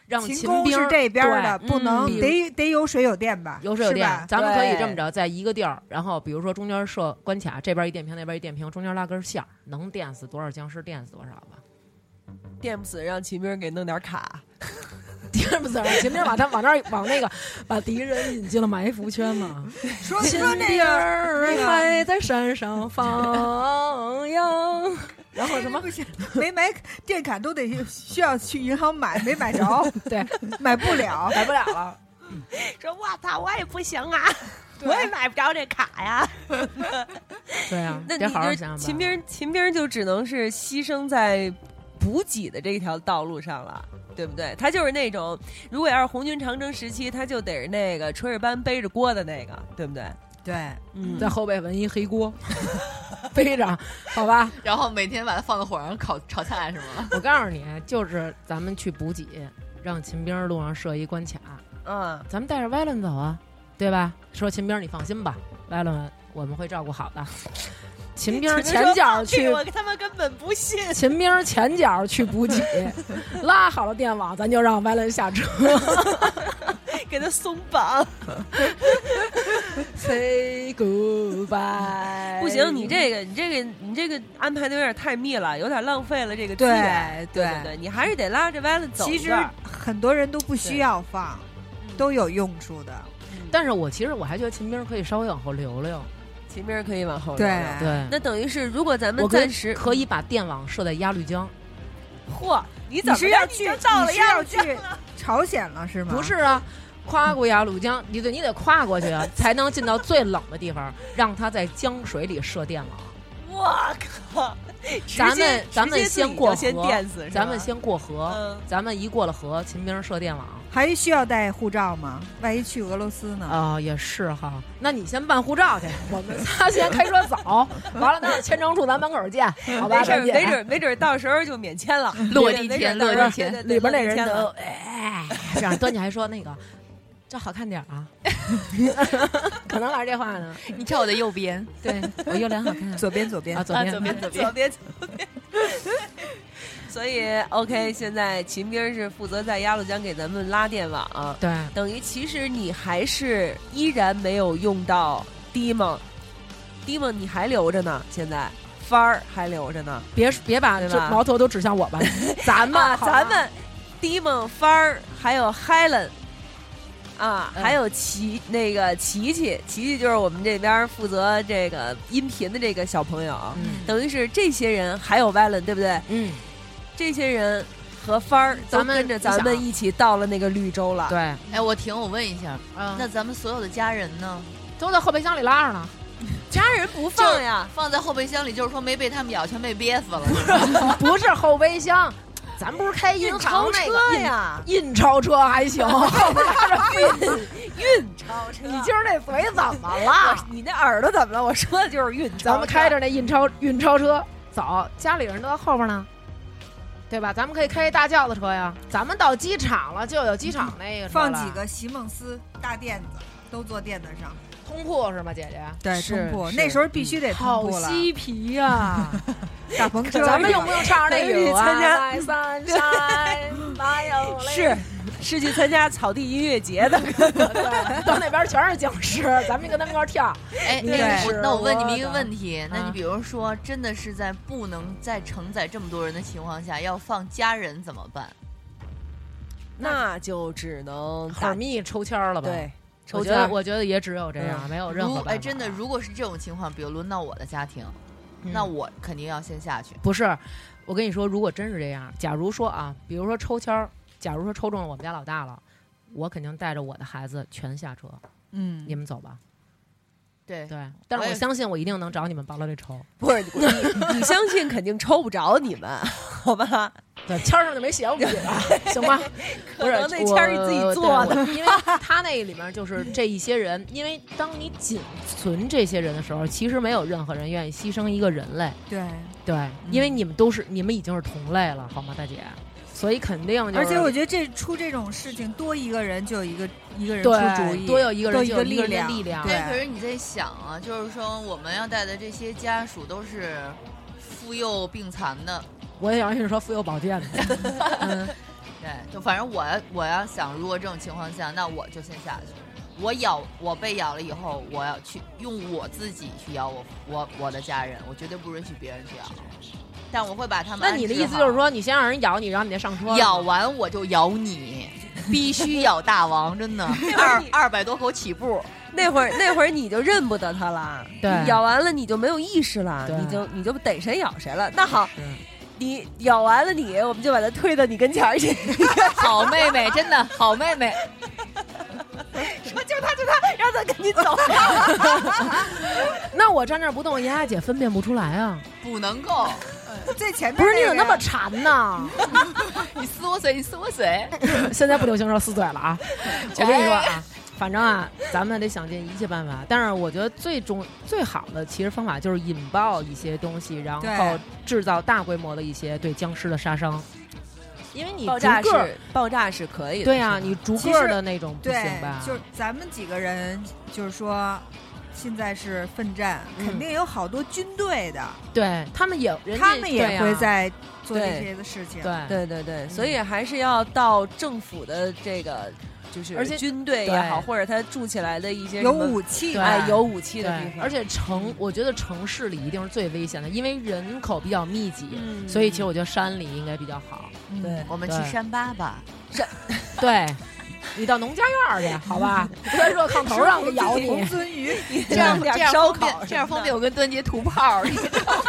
D: 让
A: 秦
D: 秦
A: 宫
D: 兵
A: 是这边
D: 对
A: 的，不
B: 嗯
A: 能
D: 比如
A: 得得有水有电吧？
D: 有水有
A: 是吧
D: 电，咱们可以
B: 对
D: 这么着，在一个地儿，然后比如说中间设关卡，这边一电瓶，那边一电瓶，中间拉根线儿，能电死多少僵尸，电死多少吧。
B: 电不死，让秦兵给弄点卡。
D: 敌人不是秦兵把他往那儿往那个 把敌人引进了埋伏圈嘛。
A: 说
D: 秦
A: 说这
D: 兵
A: 个，
D: 儿还在山上 放羊，然后什么？
A: 没买电卡都得需要去银行买，没买着，
D: 对，
A: 买不了。
D: 改不了了。
B: 说我操，我也不行啊，我也买不着这卡呀。
D: 对啊，
B: 那
D: 得
B: 你
D: 好好
B: 就
D: 想想吧。
B: 秦兵，秦兵就只能是牺牲在补给的这条道路上了。对不对？他就是那种，如果要是红军长征时期，他就得是那个炊事班背着锅的那个，对不对？
A: 对，
B: 嗯
D: 在后背纹一黑锅， 背着，好吧？
E: 然后每天把它放到火上烤炒菜是吗？
D: 我告诉你，就是咱们去补给，让秦兵路上设一关卡，
B: 嗯，
D: 咱们带着歪伦走啊，对吧？说秦兵，你放心吧，歪伦我们会照顾好的。秦兵前脚
B: 这
D: 去
B: 个，我他妈根本不信。
D: 秦兵 前脚去补 给，拉好了电网，咱就让歪伦下车。
B: 给他松绑。
D: Say goodbye。
B: 不行，你这个，你这个，你这个安排的有点太密了，有点浪费了这个资
A: 对
B: 源。对
A: 对
B: 对，你还是得拉着歪了走一
A: 其实
B: 段儿。
A: 很多人都不需要放，
B: 嗯
A: 都有用处的。
D: 但是我其实我还觉得秦兵可以稍微往后留留，
B: 秦明儿可以往后
A: 对
B: 聊聊
D: 对。
B: 那等于是，如果咱们
D: 我跟
B: 暂时
D: 哎可以把电网设在鸭绿江，
B: 嚯，你怎
A: 你
B: 么
A: 是
B: 着
A: 要
B: 你
A: 去，
B: 就到了
A: 你是要
B: 呀？
A: 去朝鲜了是吗？
D: 不是，啊，跨过鸭绿江，你得你得跨过去 啊，才能进到最冷的地方，让它在江水里设电网。
B: 我靠！直
D: 咱
B: 接
D: 们咱们
B: 直接自己
D: 先
B: 就
D: 过
B: 先
D: 河
B: 电死，是
D: 咱
B: 吧
D: 们先过河，
B: 嗯
D: 咱们一过了河，秦兵设电网
A: 还需要带护照吗？万一去俄罗斯呢？
D: 啊、也是哈。那你先办护照 去，我们仨先开车走，完了到签证处咱门口见，好吧？
B: 没准
D: 再
B: 儿
D: 见啊
B: 没准儿没准儿到时候就免签了，
D: 嗯
E: 落地
B: 没
E: 签
B: 准儿
E: 落
B: 到
E: 地
B: 时候对对
E: 签
B: 对
D: 里边那
B: 落地
D: 人
B: 签
D: 都
B: 了
D: 哎，这样端起还说那个。这好看点儿啊，可能老是这话呢。
E: 你站我的右边，
D: 对我右脸好看
A: 左边，左边
D: 啊，，左边，
E: 左
B: 左，边左边。 所以，OK，现在秦兵是负责在鸭绿江给咱们拉电网、 啊
D: 对，
B: 等于其实你还是依然没有用到 d 梦 d 梦你还留着呢，现在番儿还留着呢，
D: 别别把
B: 对
D: 这
B: 吧
D: 矛头都指向我吧， 咱
B: 啊，
D: 们，好吧
B: 咱们 d 梦番儿还有 Helen。啊，
D: 嗯
B: 还有琪那个琪琪，琪琪就是我们这边负责这个音频的这个小朋友，啊
D: 嗯
B: 等于是这些人还有 Valen 对不对？
D: 嗯，
B: 这些人和帆儿都
D: 咱们
B: 跟着咱们一起到了那个绿洲了。
D: 对，
E: 哎，我停，我问一下，那
D: 那
E: 咱们所有的家人呢？
D: 都在后备箱里拉着呢。
B: 家人不放呀，
E: 放在后备箱里，就是说没被他们咬，全被憋死了。
D: 不是后备箱，咱不是开银行
B: 运钞
D: 那个
B: 车呀，
D: 印 印钞车还 行，后边拉着运
B: 运钞车。
D: 你今儿这嘴怎 么了？
B: 你那耳朵怎么了？我说的就是运钞车。
D: 咱们开着那印钞运钞车走，家里人都在后边呢。对吧？咱们可以开一大轿子车呀。咱们到机场了，就有机场那个车
A: 放
D: 了
A: 几个席梦思大垫子，都坐垫子上。
D: 通铺是吗，姐姐？
A: 对，
B: 是
A: 通铺
B: 是
A: 那时候必须得通
D: 好
A: 铺了，
D: 嬉皮呀、
A: 大篷车。
D: 咱们用不用唱那
B: 可以
D: 个
B: 参加
D: 啊？三山，哪有嘞
B: 是是去参加草地音乐节的，
D: 对，到那边全是僵尸，咱们就跟他们一块儿跳。
E: 哎，
D: 你
E: 那
D: 是
E: 我那我嗯问你们一个
D: 我的
E: 问题，那
D: 啊
E: 你比如说，真的是在不能再承载这么多人的情况下，要放家人怎么办？
B: 那就只能
D: 好
B: 打
D: 蜜抽签儿了吧？
B: 对，抽
D: 我觉
B: 签
D: 得
B: 儿。
D: 我觉得也只有这样，没有任
E: 如
D: 何办法。
E: 哎，真的，如果是这种情况，比如轮到我的家庭，
D: 嗯
E: 那我肯定要先下去。
D: 不是，我跟你说，如果真是这样，假如说啊，比如说抽签儿，假如说抽中了我们家老大了，我肯定带着我的孩子全下车，
A: 嗯
D: 你们走吧。
E: 对，
D: 对，但是
E: 我
D: 我
E: 也
D: 相信我一定能找你们报了 这仇。
B: 不是你， 你相信肯定抽不着你们，好吧？
D: 对，签儿上就没写我们几 个，行吧？
B: 可能那签儿是自己做的。
D: 的，因为他那里面就是这一些人，因为当你仅存这些人的时候，其实没有任何人愿意牺牲一个人类，
A: 对，
D: 对，
B: 嗯
D: 因为你们都是你们已经是同类了，好吗，大姐？所以肯定就是，
A: 而且我觉得这出这种事情，多一个人就有一个一个人出主
D: 对
A: 意，
D: 多有一个人
A: 多一
D: 就
A: 个
D: 有一个人的
A: 力
D: 力量
A: 量，
E: 但可
A: 对
E: 是你在想啊，就是说我们要带的这些家属都是妇幼病残的，
D: 我也想跟你说妇幼保健的，嗯，
E: 对，就反正我要我要想，如果这种情况下，那我就先下去。我咬我被咬了以后，我要去用我自己去咬我我我的家人，我绝对不允许别人去咬。但我会把他们
D: 那
A: 嗯
E: 安置好。
D: 你的意思就是说，你先让人咬你，然后你再上车？
E: 咬完我就咬你？必须咬大王，真的，二二百多口起步，
B: 那会儿那会儿你就认不得它了，
D: 对
B: 你咬完了你就没有意识了，
D: 对
B: 你就你就逮谁咬谁了。那好
D: 是，
B: 你咬完了你，我们就把它推到你跟前儿去。
E: 好妹妹，真的好妹妹，
B: 说就它就它，让它赶紧 走。
D: 那我站那儿不动，丫丫姐分辨不出来啊！
E: 不能够，
A: 最前面
D: 不是你
A: 那
D: 怎
A: 个
D: 么那么馋呢？
E: 你撕我嘴，你撕我嘴，
D: 现在不流行说撕嘴 了啊！我
A: 哎
D: 跟你说啊，反正啊，咱们得想尽一切办法。但是我觉得最重最好的其实方法就是引爆一些东西，然后
A: 对
D: 制造大规模的一些对僵尸的杀伤。因为你
B: 爆
D: 逐
B: 炸
D: 个儿
B: 是爆炸是可以的，
D: 对
B: 呀、
D: 啊，你逐
A: 其
D: 个
A: 实
D: 儿的那种不
A: 对
D: 行吧？，
A: 就是咱们几个人，就是说，现在是奋战，肯定有好多军队的，
D: 对他们也，嗯人家
A: 他们
D: 对
A: 也
D: 啊
A: 会在做这
B: 对
A: 些的事情。
E: 哎
D: 对
B: 对对对，所以还是要到政府的这个，就是
D: 而且
B: 军队也好，
D: 对
B: 或者他驻起来的一些
A: 有
B: 什么
A: 武器
D: 对
A: 的，
B: 哎有武器的地
D: 对，
B: 方，嗯
D: 而且城，我觉得城市里一定是最危险的，因为人口比较密集，
B: 嗯
D: 所以其实我觉得山里应该比较好。
A: 嗯
B: 对
E: 我们去
D: 对
E: 山吧吧。
D: 对，你到农家院儿去，好吧？别热炕头上给咬你
A: 红。鳟鱼，
E: 这样
B: 弄
E: 这
B: 点
E: 样
B: 烧烤
E: 方便
B: 什么，
E: 这样方
B: 的
E: 便我跟端杰吐 泡儿，你知道吗？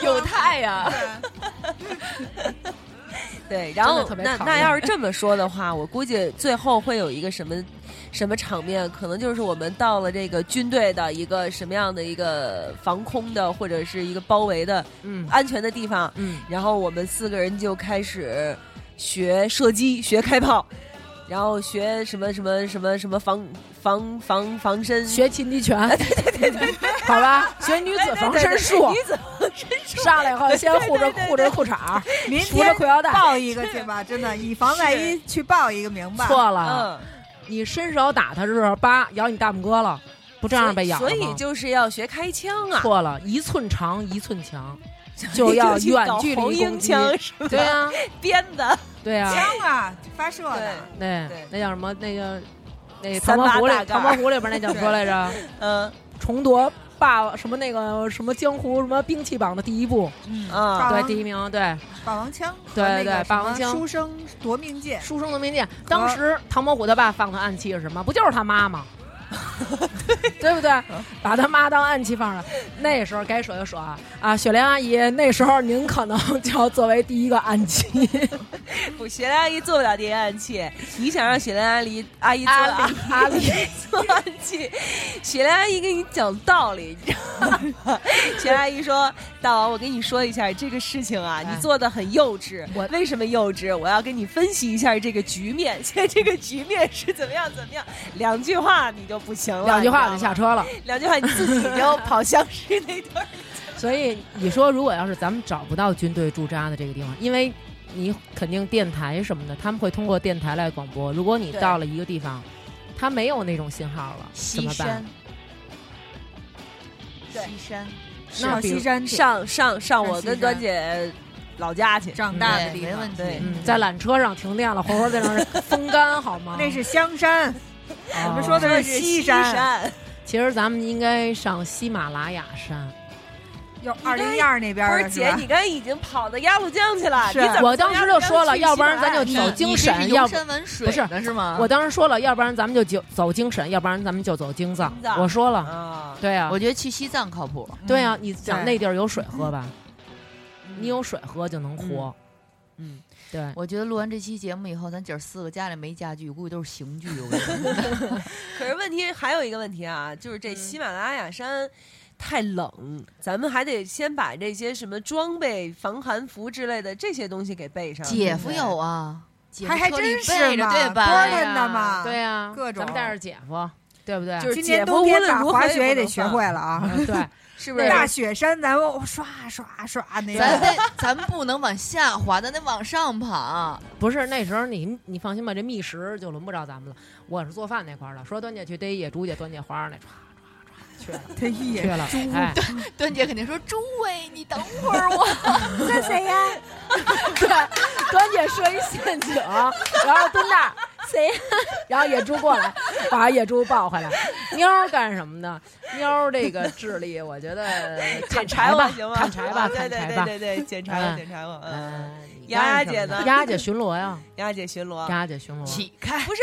E: 有太呀，
B: 对，然后
D: 特别
B: 那
D: 讨
B: 那
D: 厌
B: 要是这么说的话，我估计最后会有一个什么什么场面，可能就是我们到了这个军队的一个什么样的一个防空的或者是一个包围的
D: 嗯
B: 安全的地方，
D: 嗯，
B: 然后我们四个人就开始学射击、学开炮，然后学什么什么什么什么防防防防身，
D: 学擒敌拳，对对对对，好吧？学女子防身术
B: 女，子防身术，
D: 上来以后先护着
B: 对对对
D: 护着裤衩儿，
A: 明
D: 扶着
A: 天
D: 裤腰带。
A: 报一个去吧，真的，以防万一去报一个名吧。
D: 错了，
B: 嗯，
D: 你伸手打他的时候，叭咬你大拇哥了，不这样被咬了
B: 所以所
D: 吗
B: 以就是要学开枪啊，
D: 错了，一寸长一寸强， 就要
B: 去
D: 远
B: 搞
D: 距
B: 红
D: 离攻
B: 缨
D: 击。
B: 枪是吧？
D: 对啊，
B: 鞭子。
D: 对啊，
A: 枪啊，发射
B: 对
A: 的，
D: 那
B: 对
D: 那叫什么？那个那
B: 三
D: 唐伯
B: 八
D: 虎
B: 大
D: 里，
B: 盖
D: 唐伯
B: 儿
D: 虎里边那 叫什么来着？
B: 嗯
D: 重夺霸什么那个什么江湖什么兵器榜的第一步，
A: 嗯
B: 啊
A: 霸
D: 对，
A: 王
D: 第一名，对，
A: 霸王枪和
D: 对
A: 那
D: 对
A: 个
D: 霸王
A: 什么
D: 枪
A: 书生夺命剑，
D: 书生能明剑。当
B: 啊
D: 时唐伯虎他爸放他暗器是什么？不就是他 妈吗？对不对？把他妈当暗器放着，那时候该说就说啊啊！雪莲阿姨，那时候您可能就要作为第一个暗器，
B: 不，雪莲阿姨做不了谍暗器，你想让雪莲阿姨阿姨做
D: 阿里阿里
B: 做暗器，雪莲阿姨跟你讲道理，你知道吗？ 雪莲阿姨说：“大王，我跟你说一下这个事情啊，
D: 哎
B: 你做的很幼稚。
D: 我
B: 为什么幼稚？我要跟你分析一下这个局面， 现在这个局面是怎么样怎么样。两句话你就不行了，
D: 两句话我
B: 你
D: 就
B: 知道
D: 下
B: 吗，
D: 车了。
B: 两句话你自己 就跑消失那段儿。
D: 所以你说，如果要是咱们找不到军队驻扎的这个地方，因为你肯定电台什么的，他们会通过电台来广播。如果你
B: 对
D: 到了一个地方，他没有那种信号了，怎
E: 西
D: 么办
E: 山？，
B: 对
E: 西山，
D: 那
A: 上
D: 比如
A: 西山顶
B: 上上上我
A: 山西
B: 跟端
A: 山
B: 姐老家去，
A: 长大的
E: 对，
A: 地
E: 没
A: 方
E: 问，
B: 对
E: 题。
D: 嗯，在缆车上停电了，活活在那儿风干好吗？
A: 那是香山，
D: 我
A: 我们说的是
B: 西
A: 西山
D: 其实咱们应该上喜马拉雅山。
A: 有二零一二那边
B: 不
A: 儿
B: 是
A: 的
B: 姐，
A: 吧
B: 你刚才已经跑到鸭绿江去了，
A: 是
B: 你怎么
D: 我当时就说了，
B: 从鸭绿江去
D: 要不然咱就
B: 西
D: 走
E: 你
D: 精
E: 你这
D: 神，
E: 是
D: 要
E: 游
D: 不
E: 山玩水
D: 不是
E: 的是吗？
D: 我当时说了，要不然咱们就走走精神，要不然咱们就走京藏
B: 京。藏
D: 我说
B: 南
D: 了，
B: 啊，
D: 对啊，
E: 我觉得去西藏靠谱，
D: 对啊，你
A: 对
D: 想那地儿有水喝吧？你有水喝就能活。
E: 嗯，
D: 对，
E: 我觉得录完这期节目以后，咱姐儿四个家里没家具，估计都是刑具。我跟你说，
B: 可是问题还有一个问题啊，就是这喜马拉雅山。太冷，咱们还得先把这些什么装备、防寒服之类的这些东西给备上。
E: 姐夫有啊，姐夫
A: 还还
E: 车里
A: 真是
E: 备着
A: 嘛
E: 对
A: 多
E: 吧？
A: 着呢嘛
D: 对啊呀，
A: 各种
D: 咱们带着姐夫，对不对？
B: 就是
A: 今
B: 姐
A: 年
B: 夫无
A: 冬天
B: 论
A: 打
B: 如何
A: 滑
B: 也不
A: 雪也得
B: 能
A: 学
B: 放
A: 会了啊！
D: 嗯对，
B: 是不是？
A: 大雪山，咱们刷刷刷那
E: 咱
A: 个，
E: 得，咱们不能往下滑，咱得往上爬。
D: 不是那时候你你放心吧，这觅食就轮不着咱们了。我是做饭那块儿的，说端姐去逮野猪去，端姐花儿那歘歘歘去了
A: 他一
D: 去
A: 眼
D: 了，哎，
E: 端姐肯定说：“诸位，你等会儿我。
A: 这谁呀？
D: 对，端姐设一陷阱，然后蹲那儿
G: 谁呀？
D: 然后野猪过来，把野猪抱回来。妞儿干什么呢？妞儿这个智力，我 觉得砍柴
B: 我
D: 吧
B: 行，吗？啊
D: 砍柴吧，
B: 对
D: 砍
B: 对
D: 柴
B: 对
D: 吧。
B: 对对，检查我
D: 嗯
B: 检查我，嗯，
D: 嗯，你
B: 丫
D: 干
B: 姐
D: 什么
B: 呢
D: 丫姐巡 逻呀，
B: 丫姐巡逻，
D: 丫姐巡逻。
E: 起开！
B: 不是，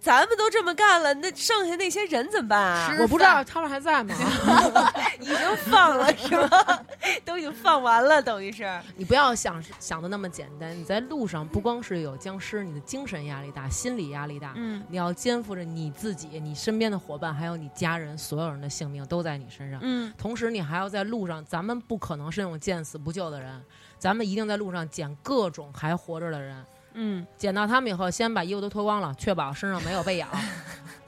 B: 咱们都这么干了，那剩下那些人怎么办啊？
D: 我不知道他们还在吗？
B: 已经放了是吗？ 都已经放完了，等于是
D: 你不要想想的那么简单。你在路上不光是有僵尸，你的精神压力大，心理压力大，
B: 嗯
D: 你要肩负着你自己、你身边的伙伴，还有你家人，所有人的性命都在你身上。
B: 嗯，
D: 同时，你还要在路上，咱们不可能是那种见死不救的人，咱们一定在路上捡各种还活着的人。
B: 嗯，
D: 捡到他们以后，先把衣服都脱光了，确保身上没有被咬。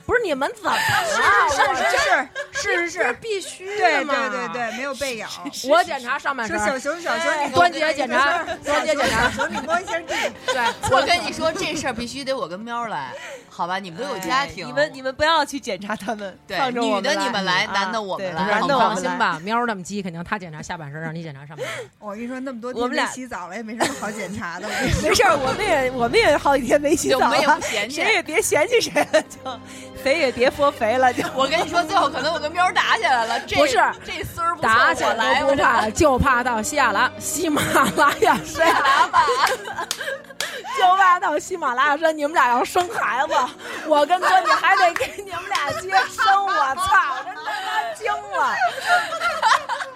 D: 不是你们怎么了？
A: 是是是，
D: 必须
A: 对
D: 的嘛
A: 对对。对，没有被咬。
D: 我检查上半
A: 说
D: 身，
A: 小熊小熊，你
D: 端姐检查，
B: 哎
D: 端姐检
A: 小
D: 查，
A: 熊你摸一下地，
D: 对，
E: 我跟你说，这事儿必须得我跟喵儿来，好吧？你们都有家庭，
B: 哎你们你们不要去检查他 们，
E: 对
B: 放着我
E: 女的你们来
B: 啊
E: 男的我们
B: 对
E: 来
B: 男
D: 你
B: 的我
D: 放
B: 们
D: 心
B: 来。
D: 吧，喵儿那么鸡，肯定他检查下半身，让你检查上半身。
A: 我跟你说，那么多
B: 我
A: 天
B: 们
A: 没
B: 俩
A: 洗澡了，也没什么好检 查的。我跟你说
B: 没事儿，我们也我们也好几天没洗
E: 就
B: 澡
E: 我们也
B: 了
E: 不，嫌弃
B: 谁。也别嫌弃谁了，就肥也别说肥了，就
E: 我跟你说，最后可能我跟喵儿打起来了。这
D: 不是
E: 这丝儿不错
D: 打起
E: 我
D: 来
E: 来
D: 都不
E: 我来
D: 怕，就怕到喜马拉喜马拉雅山，
E: 打吧。
D: 就怕到喜马拉雅山，你们俩要生孩子，我跟哥你还得给你们俩接生，我操，真他妈惊了！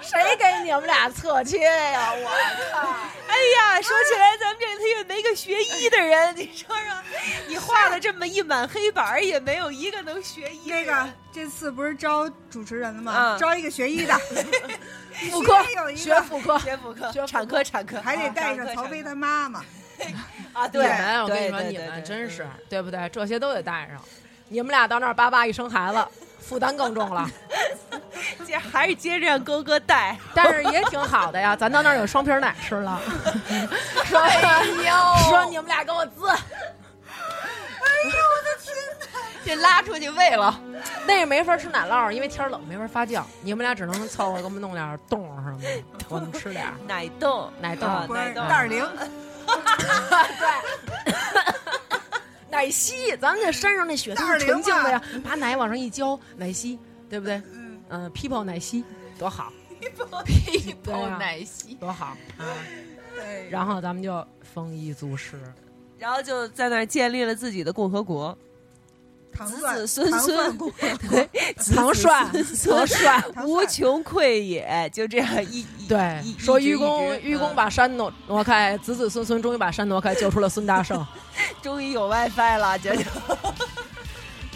D: 谁给你们俩侧切呀？我
B: 哎呀，说起来，咱们这次也没个学医的人，你说 说，你画了这么一满黑板儿，也没有一个能学医的
A: 那
B: 人。
A: 个这次不是招主持人了吗？
B: 嗯
A: 招一个学 医的，
D: 妇科
A: 必须得有一
D: 学
A: 个，
D: 妇科，
B: 学妇科
D: 学、妇
B: 产科、产科，
A: 还得带上
B: 啊
A: 曹飞他妈妈。
B: 啊！
D: 你
B: 对，
D: 们，我跟你
B: 对
D: 说，
B: 对
D: 你
B: 对
D: 们
B: 对
D: 真是对不对？这些都得带上。你们俩到那儿叭叭一生孩子，负担更重了。
B: 接还是接着让勾哥带。
D: 但是也挺好的呀，咱到那儿有双皮奶吃了。说、
E: 哎
D: 说你们俩给我滋，
E: 这拉出去喂了，
D: 那也没法吃奶酪，因为天儿冷没法发酵。你们俩只能凑合给我们弄点儿冻什么的， 我们吃点儿。
B: 奶冻，
D: 奶冻
B: 啊
A: 不
B: 奶
A: 是
B: 冻，
A: 袋儿零，
D: 奶昔，咱们这山上那雪都是纯净的呀，把奶往上一浇，奶昔，对不对？
A: 嗯，
D: 嗯，people 奶昔多好，
E: 屁
D: 对
E: 股
D: 啊
E: 奶昔。
D: 多好啊！
A: 对，
D: 然后咱们就丰衣足食。
B: 然后就在那儿建立了自己的共和国，
A: 糖
B: 子
A: 蒜
B: 子孙
A: 糖蒜
B: 孙
A: 锅，
D: 唐帅，唐帅，
A: 糖蒜
B: 无穷匮也，就这样一一
D: 对
B: 一，
D: 说
B: 一直
D: 愚公，
B: 一直嗯
D: 愚公把山挪挪开，子子孙孙终于把山挪开，救出了孙大圣。
B: 嗯终于有 WiFi 了， 这就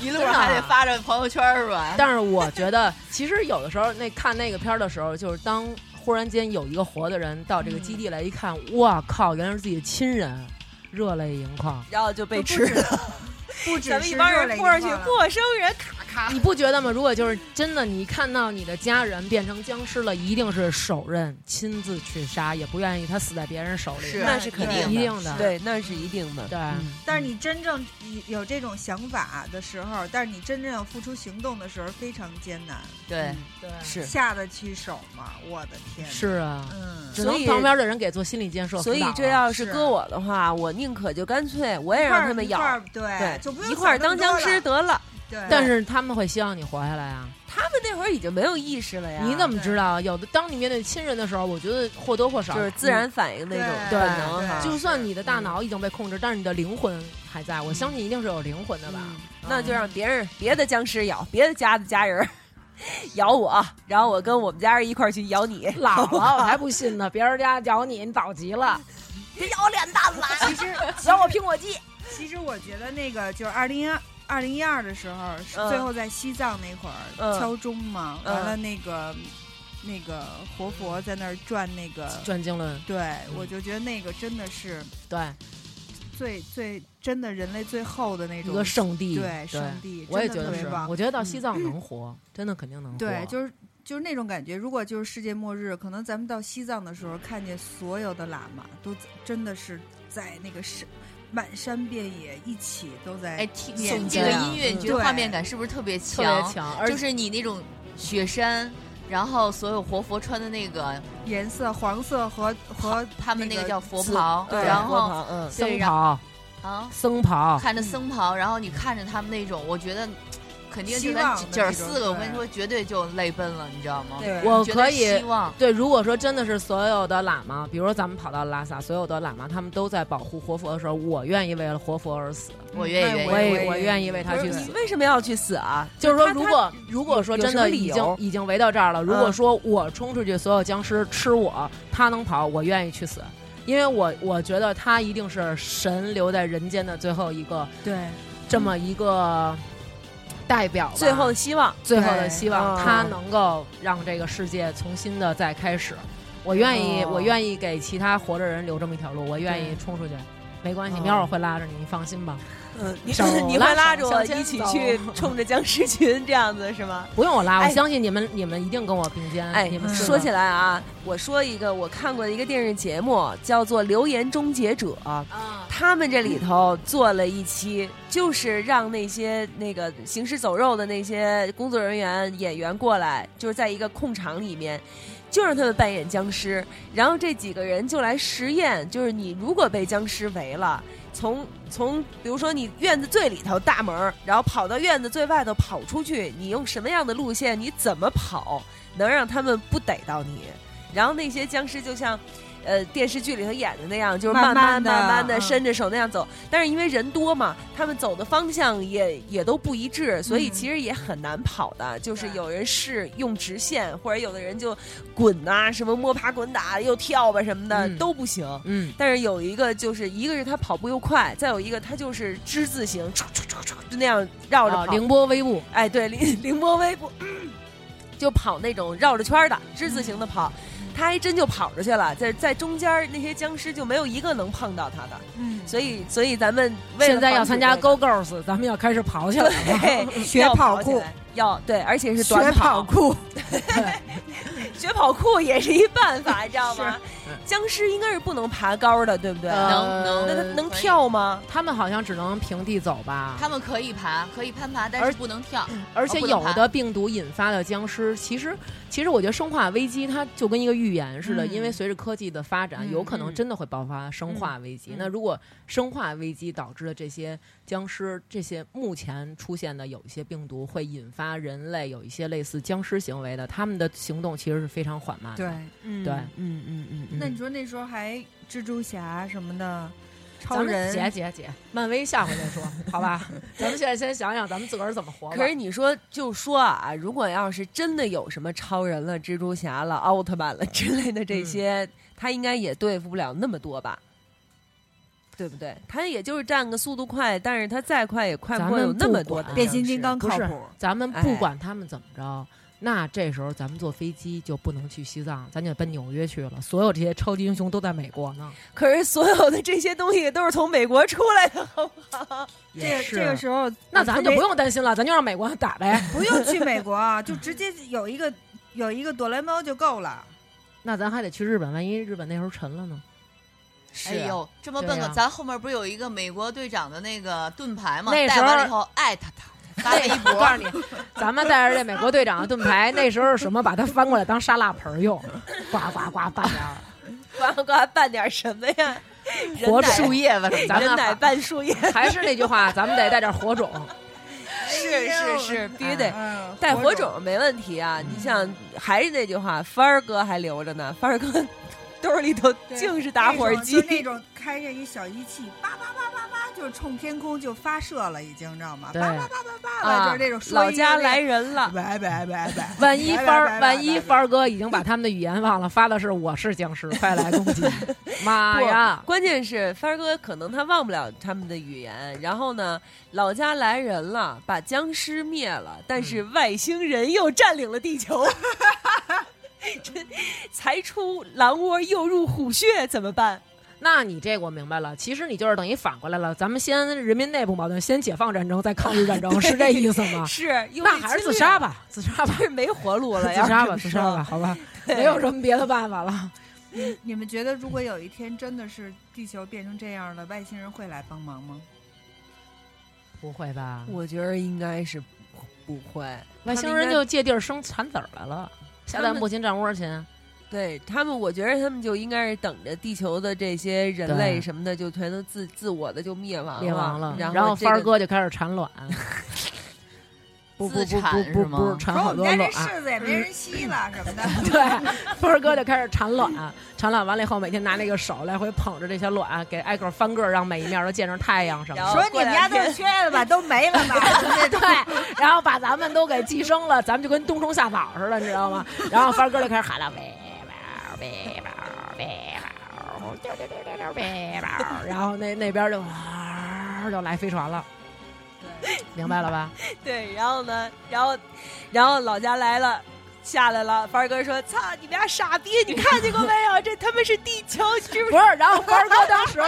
E: 一路上还得发着朋友圈儿是吧？
D: 但是我觉得，其实有的时候那看那个片儿的时候，就是当忽然间有一个活的人到这个基地来一看，哇靠，原来是自己的亲人，热泪盈眶。
B: 然后就被吃了。
A: 不只
B: 咱们
A: 是
B: 一帮
A: 热
B: 人
A: 泪
B: 过去
A: 盈眶，了
B: 陌生人咔咔
D: 你不觉得吗？如果就是真的，你看到你的家人变成僵尸了，一定是手刃，亲自去杀，也不愿意他死在别人手里。
E: 是
B: 那是肯
E: 定的
D: 一定的。
B: 对，那是一定的。
D: 对
B: 嗯
A: 但是你真正有这种想法的时候，但是你真正要付出行动的时候非常艰难，
E: 对，
D: 对，
B: 是，
A: 下得去手吗？我的天，，
D: 是啊，
A: 嗯，
D: 只
B: 所
D: 能
B: 以
D: 旁边的人给做心理建设。
B: 所以
D: 辅导啊
B: 这要是
A: 是
B: 搁我的话，我宁可就干脆我也
A: 一块
B: 让
A: 儿
B: 他们
A: 一块
B: 咬
A: 儿，对，
B: 对，
A: 就不用
B: 一块儿
A: 想那
B: 当
A: 么
B: 僵
A: 多
B: 尸
A: 了，
B: 得了。
A: 对，
D: 但是他们会希望你活下来啊。
B: 他们那会儿已经没有意识了呀，
D: 你怎么
A: 对
D: 知道？有的，当你面对亲人的时候，我觉得或多或少
B: 就是自然反应那种
A: 对
B: 本能哈
D: 你。
A: 对
D: 就算你的大脑已经被控制，但是你的灵魂还在。我相信一定是有灵魂的吧？
B: 那就让别人、别的僵尸咬，别的家的家人儿 咬我，然后我跟我们家人一块儿去咬你。
D: 老了，我才不信呢！别人家咬你，你早急了。别咬我脸蛋子，
A: 其 实
D: 咬我苹果肌。
A: 其实我觉得那个就是二零一二零一二的时候，是
B: 嗯
A: 最后在西藏那会儿
B: 嗯
A: 敲钟嘛，
B: 嗯
A: 完了那个那个活佛在那儿转那个，
D: 转经轮，
A: 对我就觉得那个真的是
D: 对，
A: 最最真的人类最后的那
D: 一
A: 种
D: 个圣地，
A: 对圣地，
D: 我也觉
A: 真的
D: 得
A: 特
D: 是
A: 别棒。。
D: 我觉得到西藏能活，真的肯定能活。
A: 对，就是就是那种感觉。如果就是世界末日，可能咱们到西藏的时候，看见所有的喇嘛都真的是在那个山满山遍野一起都在，
E: 哎，听
A: 缅
E: 听这个
D: 甸
E: 音乐，你觉得
A: 对
E: 画面感是不是特别
D: 特别强，而
E: 就
D: 且
E: 是你那种雪山，然后所有活佛穿的那个，
A: 颜色黄色和和
E: 他们那
A: 那
E: 个
A: 个
E: 叫佛
A: 紫
E: 袍，
A: 对
E: 然
B: 我
E: 后
B: 靠嗯，
E: 对
D: 僧
E: 然后
D: 袍，
E: 啊，
D: 僧袍，
E: 看着僧袍，然后你看着他们那种，我觉得肯定就
A: 希望
E: 咱
A: 的
E: 姐儿
A: 那种
E: 四个，我跟你
A: 对
E: 说，绝对就泪奔了，你知道吗？
A: 对
D: 我
E: 觉得
D: 可以
E: 希望
D: 对，如果说真的是所有的喇嘛，比如说咱们跑到拉萨，所有的喇嘛他们都在保护活佛的时候，我愿意为了活佛而死，
E: 我愿意
A: 那
E: 愿
D: 我
E: 意
D: 也我愿意为他
B: 不
D: 去
B: 是你
D: 死。
B: 为什么要去死啊？
D: 就是说，
B: 他
D: 如
B: 他
D: 果如果说
B: 有
D: 真
B: 什么
D: 的
B: 理
D: 已经
B: 由
D: 已经围到这儿了，如果
B: 嗯
D: 说我冲出去，所有僵尸吃我，他能跑，我愿意去死，因为我我觉得他一定是神留在人间的最后一个
A: 对，
D: 这么一个代表吧，
B: 最后的希望，
D: 最后
A: 对
D: 的希望，
B: 嗯
D: 他能够让这个世界重新的再开始。我愿意，
B: 哦
D: 我愿意给其他活着人留这么一条路，我愿意
B: 对
D: 冲出去，没关系，
B: 哦
D: 喵儿会拉着你，你放心吧，
B: 嗯，你
D: 手
B: 你
D: 拉
B: 会拉
D: 手
B: 着我
D: 向前
B: 一起
D: 走
B: 去冲着僵尸群这样子是吗？
D: 不用我拉，我
B: 哎
D: 相信你们，你们一定跟我并肩。
B: 哎
D: 你们
A: 嗯
D: 是
B: 说
D: 的
B: 起来啊，我说一个我看过的一个电视节目，叫做《留言终结者》。
E: 啊，
B: 他们这里头做了一期，就是让那些那个行尸走肉的那些工作人员、演员过来，就是在一个空场里面，就让他们扮演僵尸，然后这几个人就来实验，就是你如果被僵尸围了。从从，比如说你院子最里头大门儿，然后跑到院子最外头跑出去，你用什么样的路线，你怎么跑能让他们不逮到你？然后那些僵尸就像，呃，电视剧里头演的那样，就是慢
A: 慢慢地
B: 慢慢的
A: 嗯
B: 伸着手那样走。但是因为人多嘛，他们走的方向也也都不一致，所以
A: 嗯
B: 其实也很难跑的。就是
E: 对
B: 有人是用直线，或者有的人就滚呐、什么摸爬滚打又跳吧什么的、
D: 嗯
B: 都不行。
D: 嗯，
B: 但是有一个就是一个是他跑步又快，再有一个他就是之字形，唰唰唰唰就那样绕着
D: 啊，
B: 跑。
D: 凌波微步，
B: 哎，对，凌凌波微步， 就跑那种绕着圈儿的之字形的跑，他还真就跑着去了，在在中间儿那些僵尸就没有一个能碰到他的，
A: 嗯，
B: 所以 所以咱们为了
D: 现在要
B: 防止
D: 参加
B: 这个
D: Go Girls，咱们要开始跑起来 了。
B: 对
A: 学
B: 要
A: 跑
B: 起
A: 酷
B: 来要对，而且是
A: 学
B: 短
A: 跑酷，
B: 学跑酷也是一办法，你知道吗？僵尸应该是不能爬高的，对不对？
D: 呃
B: 那
E: 能能
B: 他
E: 可以
B: 能跳吗？
D: 他们好像只能平地走吧，
E: 他们可以爬，可以攀爬，但
D: 而嗯
E: 是不能跳。哎
D: 而且
E: 不能
D: 有
E: 爬
D: 的病毒引发的僵尸，其实其实我觉得生化危机它就跟一个预言似的，
A: 嗯
D: 因为随着科技的发展，
A: 嗯
D: 有可能真的会爆发生化危机。
A: 嗯嗯
D: 那如果生化危机导致的这些僵尸，这些目前出现的有一些病毒会引发人类有一些类似僵尸行为的，他们的行动其实是非常缓慢的。
A: 对。
B: 嗯
D: 对
B: 嗯嗯嗯
D: 嗯
A: 那你说那时候还蜘蛛侠什么的，超
D: 咱们
A: 人
D: 姐姐姐，漫威下回再说，好吧？咱们现在先想想咱们自个儿怎么活吧。
B: 可是你说，就说啊，如果要是真的有什么超人了、蜘蛛侠了、奥特曼了之类的这些，他应该也对付不了那么多吧？对不对？他也就是占个速度快，但是他再快也快
D: 咱
B: 不过
D: 们
B: 有那
D: 不
B: 么多
D: 管
B: 的
A: 啊变形金刚
D: 不
A: 靠
D: 是
A: 谱，
D: 咱们
B: 哎
D: 不管他们怎么着，那这时候咱们坐飞机就不能去西藏，咱就奔纽约去了。所有这些超级英雄都在美国呢，
B: 可是所有的这些东西都是从美国出来的， 好不好？
A: 这个
D: 也是
A: 这个时候，
D: 那咱就不用担心了，咱就让美国人打 呗。
A: 不用去美国啊，就直接有一个有一个哆啦 A 梦就够了。
D: 那咱还得去日本，万一日本那时候沉了呢？
E: 哎呦，这么笨
D: 啊对
E: 个，
D: 呀
E: 咱后面不是有一个美国队长的那个盾牌吗？
D: 那时
E: 戴
D: 候
E: 完了以后艾特 他，发微
D: 我告诉
E: 博。
D: 你，咱们带着这美国队长的盾牌，那时候是什么？把它翻过来当沙拉盆儿用，呱呱呱拌点儿。
B: 呱呱呱，办点什么呀？
D: 火
B: 人奶
D: 种
B: 叶吧
D: 咱们
B: 人奶拌树叶，
D: 还是那句话，咱们得带点火种。
B: 是是是，必须得。
A: 哎
B: 哎
A: 嗯，
B: 带火种没问题啊！
D: 嗯
B: 你想，还是那句话，帆儿哥还留着呢，帆儿哥兜里头
A: 对
B: 净是打火机
A: 那种就，那种开着一小仪器，叭叭叭叭叭，就是冲天空就发射了，已经知道吗？
D: 对
A: 叭叭叭叭叭了，
B: 啊
A: 就是那种，说
B: 老
A: 一
B: 家
A: 个
B: 来人了，
A: 拜拜拜拜。
D: 万一
A: 拜拜
D: 帆儿，
A: 拜拜
D: 万一
A: 拜拜
D: 帆儿哥已经把他们的语言忘了，发的是我是僵尸，快来攻击！妈
B: 不
D: 哎呀！
B: 关键是帆儿哥可能他忘不了他们的语言，然后呢，老家来人了，把僵尸灭了，但是
D: 嗯
B: 外星人又占领了地 球，这才出狼窝又入虎穴，怎么办？
D: 那你这个我明白了，其实你就是等于反过来了，咱们先人民内部矛盾，先解放战争，再抗日战争，是这意思 吗？
B: 是，用
D: 啊那
B: 力
D: 还是
B: 侵
D: 自
B: 略
D: 杀，吧，自杀 吧，
B: 是没活路了，
D: 自杀吧，
B: 要
D: 自
B: 是这么
D: 杀
B: 说
D: 吧，好吧，没有什么别的办法了。
A: 你们觉得，如果有一天真的是地球变成这样了，外星人会来帮忙吗？
D: 不会吧？
B: 我觉得应该是不会，
D: 外星人就借地儿生产籽儿来了，下
B: 他
D: 在
B: 们
D: 木心占窝去。
B: 对他们，我觉得他们就应该是等着地球的这些人类
D: 对
B: 什么的，就全都自自我的就灭亡
D: 灭亡
B: 了
D: 了。。
B: 啊然
D: 后
B: 这个
D: 帆儿哥就开始产卵，不不
E: 自
D: 不
E: 产
D: 不
E: 是
D: 不
E: 吗
D: 不是产
A: 说
D: 好
A: 我们
D: 多
A: 家
D: 卵
A: 这，柿子也没人吸了什么的，
D: 对，帆儿哥就开始产卵，产卵完了以后，每天拿那个手来回捧着这些卵，给挨个翻个儿，让每一面儿都见着太阳什么的。
B: 然后
A: 说你们家都是缺的吧，都没了吧？
D: 对，然后把咱们都给寄生了，咱们就跟冬虫夏草似的，你知道吗？然后帆哥就开始喊了，喂猫喂猫喂猫，丢丢丢丢丢喂猫，然后那那边就哇就来飞船了，明白了吧？
B: 对，然后呢，然后，然后老家来了。下来了，凡儿哥说：“操，你们俩傻逼！你看见过没 有？这他妈是地球，知不知
D: 不
B: 道？
D: 是，然后帆哥当时，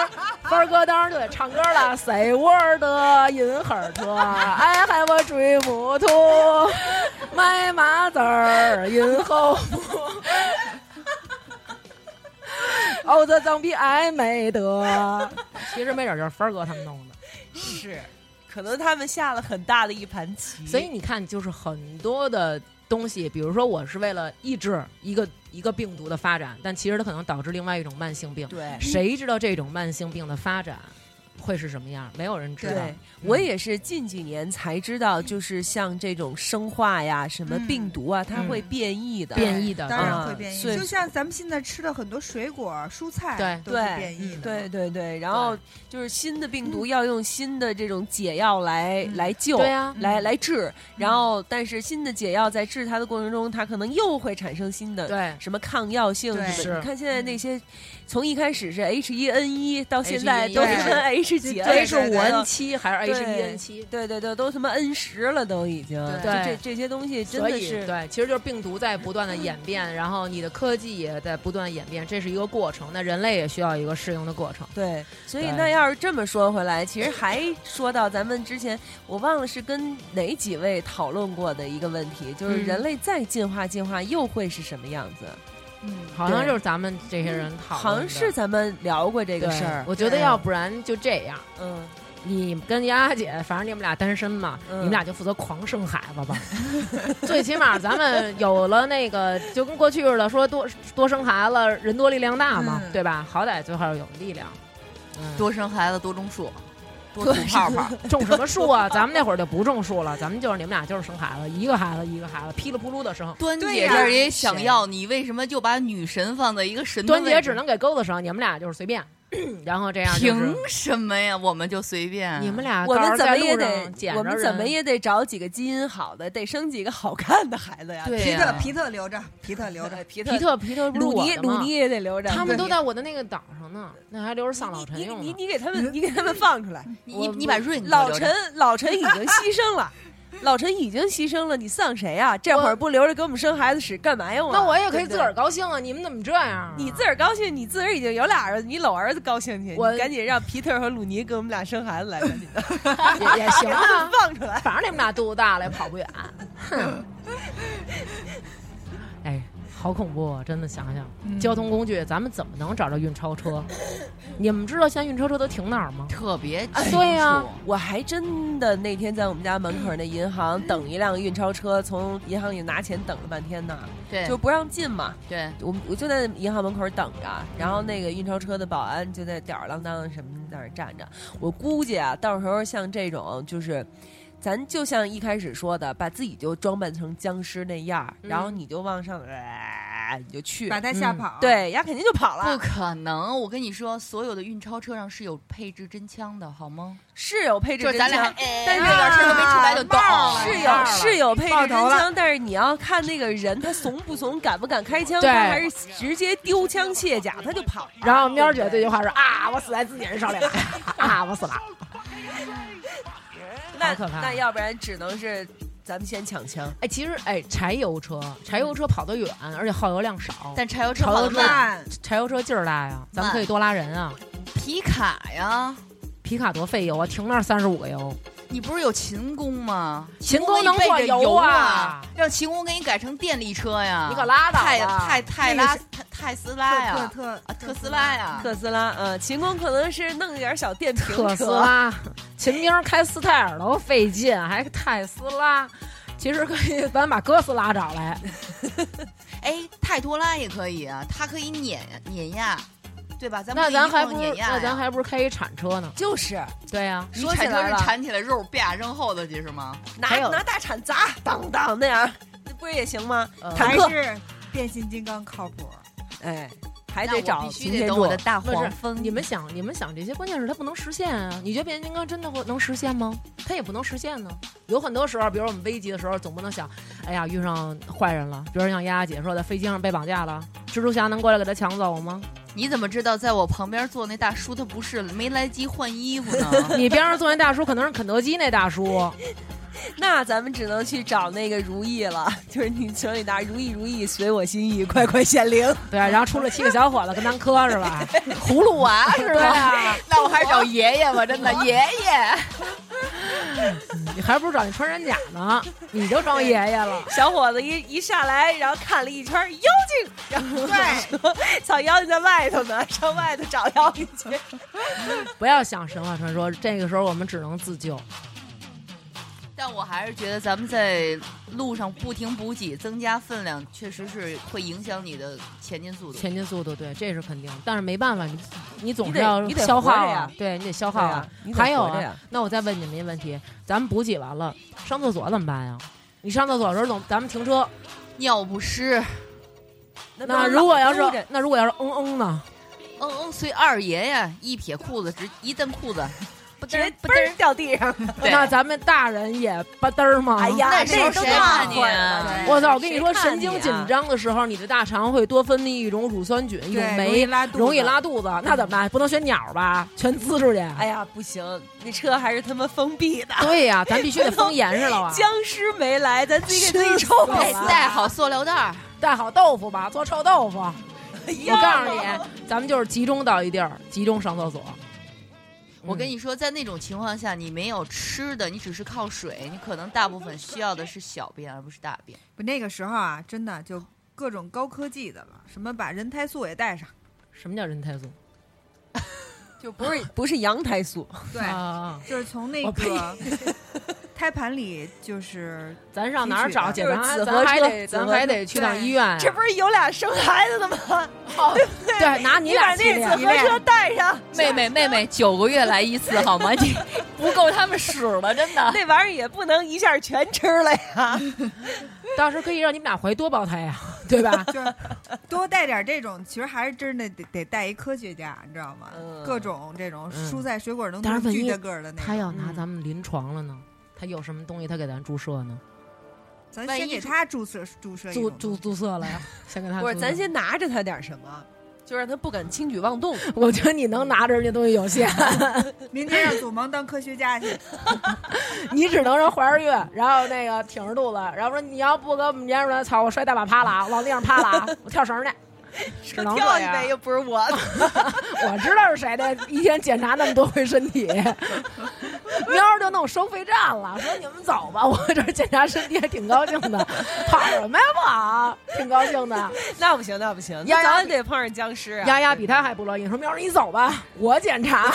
D: 帆哥当时就得唱歌了，Say word in her tongue，I have a dream to，my mother in home。哦，这脏逼挨没得。其实没准就是帆哥他们弄的。
B: 是，可能他们下了很大的一盘棋。
D: 所以你看，就是很多的东西，比如说我是为了抑制一个一个病毒的发展，但其实它可能导致另外一种慢性病。
B: 对
D: 谁知道这种慢性病的发展会是什么样？没有人知道。
B: 对，嗯我也是近几年才知道，就是像这种生化呀、什么
A: 嗯
B: 病毒啊，它
D: 嗯
B: 会变异的。
D: 变异的
A: 当然
B: 啊
A: 会变异。
B: 所以
A: 就像咱们现在吃的很多水果、蔬菜，都
D: 对
A: 是变异的。
B: 对，对对，然后就是新的病毒要用新的这种解药来、
A: 嗯
B: 来救，
D: 对啊
B: 来
A: 嗯
B: 来治，然后但是新的解药在治它的过程中，它可能又会产生新的
D: 对
B: 什么抗药性
A: 对
B: 什么
D: 是
B: 的。你看现在那些，从一开始是 H 一 N 一，到现在
D: H1N1
B: 都是 H 几
A: 对
B: N
A: 对
D: H
B: 几
D: 五 N
B: 了
D: 七还是 H 一 N 七？
B: 对对对，都他妈 N 十了，都已经。
A: 对
B: 就这这些东西真
D: 所
B: 的
D: 以
B: 是
D: 对，其实就是病毒在不断的演变，然后你的科技也在不断地演变，这是一个过程。那人类也需要一个适应的过程。
B: 对，所以
D: 对
B: 那要是这么说回来，其实还说到咱们之前，我忘了是跟哪几位讨论过的一个问题，就是
D: 嗯
B: 人类再进化进化又会是什么样子？
A: 嗯，
D: 好像
B: 对嗯
D: 就是咱们这些人讨
B: 好像是咱们聊过这
D: 这
B: 个事儿，
D: 我觉得
B: 对
D: 要不然就这样，
B: 嗯，
D: 你跟丫姐，反正你们俩单身嘛，
B: 嗯
D: 你们俩就负责狂生孩子吧。 最起码咱们有了那个，就跟过去似的，说多多生孩子，人多力量大嘛，
A: 嗯
D: 对吧？好歹最后有力量。嗯，
E: 多生孩子多种树，多吐泡泡。
D: 种什么树啊？咱们那会儿就不种树了，咱们就是你们俩就是生孩子，一个孩子一个孩子，噼里扑噜的生。
E: 端
A: 对
E: 姐
A: 呀
E: 这儿也想要，你为什么就把女神放在一个神的位
D: 端
E: 置？
D: 姐只能给钩子生，你们俩就是随便， 然后这样就是嗯
E: 凭什么呀？我们就随便。啊
D: 你们俩
B: 我
D: 啊到时
B: 们
D: 候
B: 怎么
D: 在
B: 也
D: 路上
B: 得
D: 捡，着
B: 我们怎么
D: 人
B: 也得找几个基因好的，得生几个好看的孩子呀。
E: 对
A: 皮
E: 呀
A: 特皮特留着，皮特留着。
B: 皮
D: 皮特皮特不是
B: 鲁
D: 我
B: 尼
D: 的
B: 鲁
D: 吗
B: 尼也得留着，
D: 他们都
B: 对
D: 在我的那个岛上呢，那还留着丧老
B: 你
D: 陈
B: 你
D: 用嗯
B: 你
D: 呢。
B: 你给他们你给他们放出来。
E: 你你
D: 我
E: 你把瑞你
B: 老
E: 留着
B: 陈，老陈已经牺牲了，老陈已经牺牲了，你丧谁啊？这会儿不留着给我们生孩子使干嘛用啊？
D: 那我也可以
B: 对不
D: 自
B: 对
D: 个儿。高兴啊！你们怎么这样啊？
B: 你自个儿高兴，你自个儿已经有俩儿子，你搂儿子高兴去，
D: 我
B: 你赶紧让皮特和鲁尼给我们俩生孩子来，赶紧的，
D: 也也行啊，
B: 放出来。
D: 反正你们俩肚子大了也跑不远。哎，好恐怖啊！真的想想，交通工具咱们怎么能找着运钞车？你们知道现在运钞车都停哪儿吗？
E: 特别
D: 哎对呀
E: 清楚
B: 我还真的那天在我们家门口那银行等一辆运钞车，从银行里拿钱等了半天呢，
E: 对
B: 就不让进嘛。
E: 对，
B: 我们我就在银行门口等着，然后那个运钞车的保安就在吊儿郎当的什么在那儿站着。我估计啊，到时候像这种就是，咱就像一开始说的，把自己就装扮成僵尸那样儿，
D: 嗯
B: 然后你就往上，呃、你就去，嗯
A: 把他吓跑，，
B: 对，丫肯定就跑
E: 不
B: 了。
E: 可能！我跟你说，所有的运钞车上是有配置真枪的，好吗？
B: 是有配置真
E: 就是咱俩
B: 枪，，
E: 但是这段车都没出来就到
A: 啊
E: 了。
B: 是
A: 冒
B: 有
A: 了
B: 是有配置
A: 爆
B: 真
A: 头了
B: 枪，但是你要看那个人他怂不怂，敢不敢开枪，
D: 对
B: 他还是直接丢枪卸甲他就跑了。
D: 然后喵儿姐这句话是啊，我死在自己人手里了， 啊，我死了。
B: 那
D: 好可怕
B: 那要不然只能是咱们先抢枪。
D: 哎，其实哎，柴油车，柴油车跑得远，而且耗油量少，
E: 但柴油车
D: 柴
E: 跑
D: 油
E: 得
D: 车
E: 慢，
A: 慢，
D: 柴油车劲儿大呀，咱们可以多拉人啊。
E: 皮卡呀，
D: 皮卡多费油啊，停那儿三十五个油，
E: 你不是有秦工吗？
D: 秦
E: 工
D: 工能
E: 背
D: 过
E: 着油
D: 油啊，
E: 让秦工给你改成电力车呀！
D: 你可拉倒吧
E: 泰泰泰
A: 那个
E: 拉
A: 是
E: 泰泰斯拉
A: 特
E: 呀，
A: 特
E: 啊特斯拉呀，
B: 特斯拉，嗯，秦工可能是弄点小电瓶车，
D: 特斯拉，秦明儿开斯泰尔都费劲，还泰斯拉。其实可以把马哥斯拉找来，
E: 哎，泰托拉也可以啊，它可以碾碾压，对吧？咱们
D: 那咱还
E: 可以
D: 不
E: 一块儿
D: 是
E: 碾压呀
D: 那咱还不是开一铲车呢？
B: 就是
D: 对呀、
B: 你
E: 说起
B: 铲
E: 来
B: 车
E: 是
B: 了
E: 铲起来肉啪扔后头去是吗？
B: 拿
D: 还有
B: 拿大铲砸，当当那样，那不是也行吗？坦
A: 还
B: 克，
A: 是变形金刚靠谱。
B: 哎，还
E: 那
B: 得
E: 我
B: 找
E: 必须
B: 擎
E: 得
B: 天
E: 等我
B: 柱
E: 的。大
D: 不是
E: 黄蜂。
D: 你们想，你们想这些，关键是它不能实现啊！你觉得变形金刚真的会能实现吗？它也不能实现呢。有很多时候，比如我们危急的时候，总不能想，哎呀，遇上坏人了，比如像丫丫姐说的，飞机上被绑架了，蜘蛛侠能过来给他抢走吗？
E: 你怎么知道在我旁边坐那大叔他不是没来及换衣服呢？
D: 你边上坐那大叔可能是肯德基那大叔，
B: 那咱们只能去找那个如意了，就是你手里拿如意如意，随我心意，快快显灵。
D: 对，啊然后出了七个小伙子跟咱磕是吧？
E: 葫芦娃是
D: 对啊
E: 吧？ 那我还是找爷爷吧，真的爷爷。
D: 你还不如找那穿山甲呢，你就成爷爷了。
B: 小伙子一一上来，然后看了一圈妖精，然后说：“操，妖精在外头呢，上外头找妖精去。
D: 不要想神话传说，这个时候我们只能自救。
E: 但我还是觉得咱们在路上不停补给、增加分量，确实是会影响你的前进速度。
D: 前进速度，对，这是肯定，但是没办法，你你总
B: 你
D: 是
B: 得
D: 要
B: 你得
D: 消
B: 活
D: 耗
B: 着
D: 啊
B: 呀，
D: 对你得消耗啊
B: 对呀你。得
D: 还有
B: 活着
D: 啊
B: 呀，
D: 那我再问你们一个问题：咱们补给完了，上厕所怎么办呀？你上厕所的时候总咱们停车，
E: 尿不湿，”
D: 那如果要
B: 老
D: 是那如果要是嗯嗯呢？
E: 嗯嗯，随二爷呀，一撇裤子，直一蹬裤 子，不
B: 直
E: 蹬
B: 接
E: 不
B: 嘣儿
E: 蹬。
B: 掉地上，
E: 对
D: 那咱们大人也吧嘚儿吗？
B: 哎呀，
E: 那时
B: 这
E: 候
B: 都
E: 谁
B: 太
E: 看你
B: 坏
E: 啊
B: 了。
D: 啊我操！我跟你
B: 哎谁
D: 说，
B: 看
D: 神
B: 你
D: 经
B: 啊
D: 紧张的时候，你的大肠会多分泌一种乳酸菌，一种
A: 对，容易
D: 酶，
A: 拉肚，
D: 容易。拉肚子。那怎么办？不能选鸟吧？全滋出去。
B: 哎呀，不行，那车还是他妈封闭的，
D: 对呀，咱必须得封严实了 啊！
B: 僵尸没来，咱自己给自己
D: 吃
B: 臭
D: 死
B: 了
E: 哎，带好塑料袋儿，
D: 带好豆腐吧，做臭豆腐。我告诉你，咱们就是集中到一地儿，集中上厕所。
E: 我跟你说，在那种情况下，你没有吃的，你只是靠水，你可能大部分需要的是小便而不是大便。
A: 不那个时候啊，真的就各种高科技的了，什么把人胎素也带上，
D: 什么叫人太素？
B: 就不是不是羊胎素，
A: 对，
D: 啊啊，啊
A: 就是从那
D: 我呸
A: 个胎盘里就是
D: 咱上哪儿找去？
B: 就是紫
D: 咱还咱
B: 河
D: 还
B: 车
D: 得
B: 紫
D: 咱
B: 河
D: 还
B: 车
D: 得去趟
A: 对
D: 医院。
B: 这不是有俩生孩子的吗？
D: 对，拿 你
B: 你把
D: 俩去
B: 那
D: 练
B: 自
A: 你？
B: 行车带上，
E: 妹妹妹妹，九个月来一次好吗？你不够他们使了，真的。
B: 那玩意儿也不能一下全吃了呀。
D: 到时候可以让你们俩怀多胞胎呀，对吧
A: 就是多带点这种，其实还是真的得得带一科学家，你知道吗？
B: 嗯
A: 各种这种
D: 嗯
A: 蔬菜水果能
D: 但是
A: 能
D: 万
A: 巨
D: 一
A: 大个儿的那
D: 他
A: 种，
D: 要拿
B: 嗯
D: 咱们临床了呢？他有什么东西他给咱注射呢？
A: 咱
E: 万
A: 先
E: 一
A: 给
E: 是
A: 他注射注射一
D: 注
A: 种
D: 注注射了呀？ 先给他
B: 不是，
D: 注
B: 咱
D: 射
B: 先拿着他点什么，就让他不敢轻举妄动。
D: 我觉得你能拿着人家东西有限，
A: 明天让祖萌当科学家去，
D: 你只能让怀着孕，然后那个挺着肚子，然后说你要不给我们粘出来，操，我摔大马趴了啊，往地上趴了啊，我跳绳去。 只能
B: 跳
D: 这
B: 一
D: 样
B: 杯又不是我的，
D: 我知道是谁的，一天检查那么多回身体，喵儿就弄收费站了，说你们走吧，我这儿检查身体还挺高兴的，跑什么呀跑，挺高兴的。
B: 那不行，那不行，
D: 丫
B: 那
D: 丫
B: 早晚得碰上僵尸啊！
D: 丫丫比他还不乐意，说喵儿你走吧，我 检查。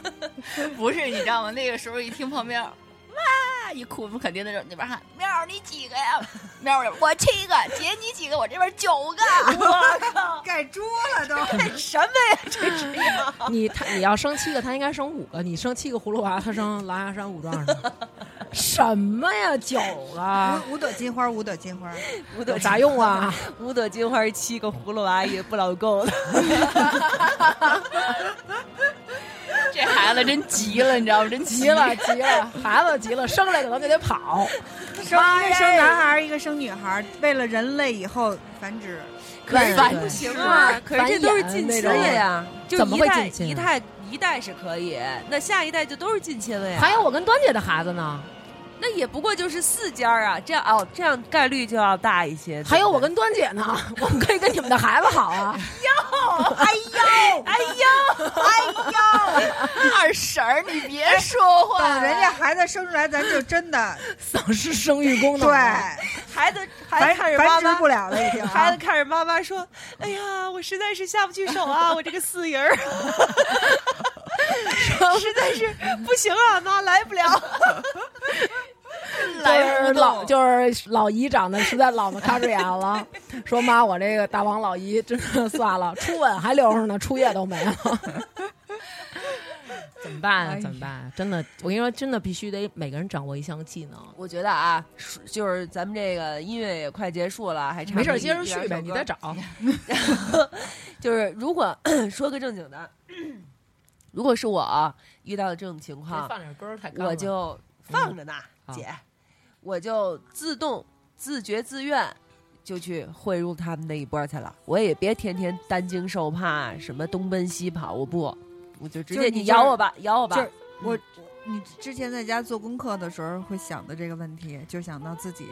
E: 不是，你知道吗？那个时候一听旁边，哇，一哭不肯定的时候，那边喊喵儿你几个呀？ 喵儿我七个，姐你几个？我这边九个。
A: 盖猪了都。
B: 什么呀？这是
D: 你他你要生七个，他应该生五个，你生七个葫芦娃，他生狼牙山五壮士， 什么呀九个？
A: 五五朵金花，五朵金花，
B: 五朵
D: 有啥 用啊？
B: 五朵金花七个葫芦娃也不老够的。
E: 这孩子真急了，你知道吗？真
D: 急了急了，孩子急了，生来可能就得跑。
A: 生一个生男孩儿，一个生女孩儿，为了人类以后繁殖。
D: 可
B: 是
D: 对
B: 不行
D: 啊
B: 啊！可是这都是近亲了呀，就
D: 怎么会
B: 一代
D: 近亲啊
B: 一代一代是可以，那下一代就都是近亲了呀。
D: 还有我跟端姐的孩子呢，
B: 那也不过就是四家儿啊，这样哦，这样概率就要大一些。对不对
D: 还有我跟端姐呢， 我们可以跟你们的孩子好 啊。
A: 哎呦，
B: 哎 呦，
A: 哎呦，
E: 二婶儿，你别说话
A: 等人家孩子生出来，咱就真的
D: 丧失生育功
A: 对
D: 能，
B: 啊孩子孩
A: 繁
B: 子看着妈
A: 哦繁殖
B: 妈
A: 不，了了，已经啊。
B: 孩子看着妈妈说：“哎呀，我实在是下不去手啊，我这个四爷 儿，实在是不行啊，妈来不了。”
D: 就
A: 来
D: 是
A: 而
D: 老
A: 动
D: 就是老姨长得实在老么卡着眼了，说妈，我这个大王老姨真的算了，初吻还留着呢，初夜都没了。 怎么
A: 哎
D: 办啊？
A: 呀
D: 怎么办啊？真的，我跟你说，真的必须得每个人掌握一项技能。
B: 我觉得啊，是就是咱们这个音乐也快结束了，还差
D: 没事儿，
B: 一
D: 接着
B: 一两
D: 续呗，
B: 首
D: 你
B: 歌
D: 再找。
B: 就是如果 说个正经的，如果是我啊遇到这种情况，
D: 点歌太
B: 我就放着呢，
D: 嗯
B: 姐，我就自动、自觉、自愿就去汇入他们那一波去了。我也别天天担惊受怕，什么东奔西跑，我不，我就直
A: 就
B: 接
A: 是你
B: 咬
A: 就是
B: 我吧，咬我吧
A: 就是。我你之前在家做功课的时候会想的这个问题，就想到自己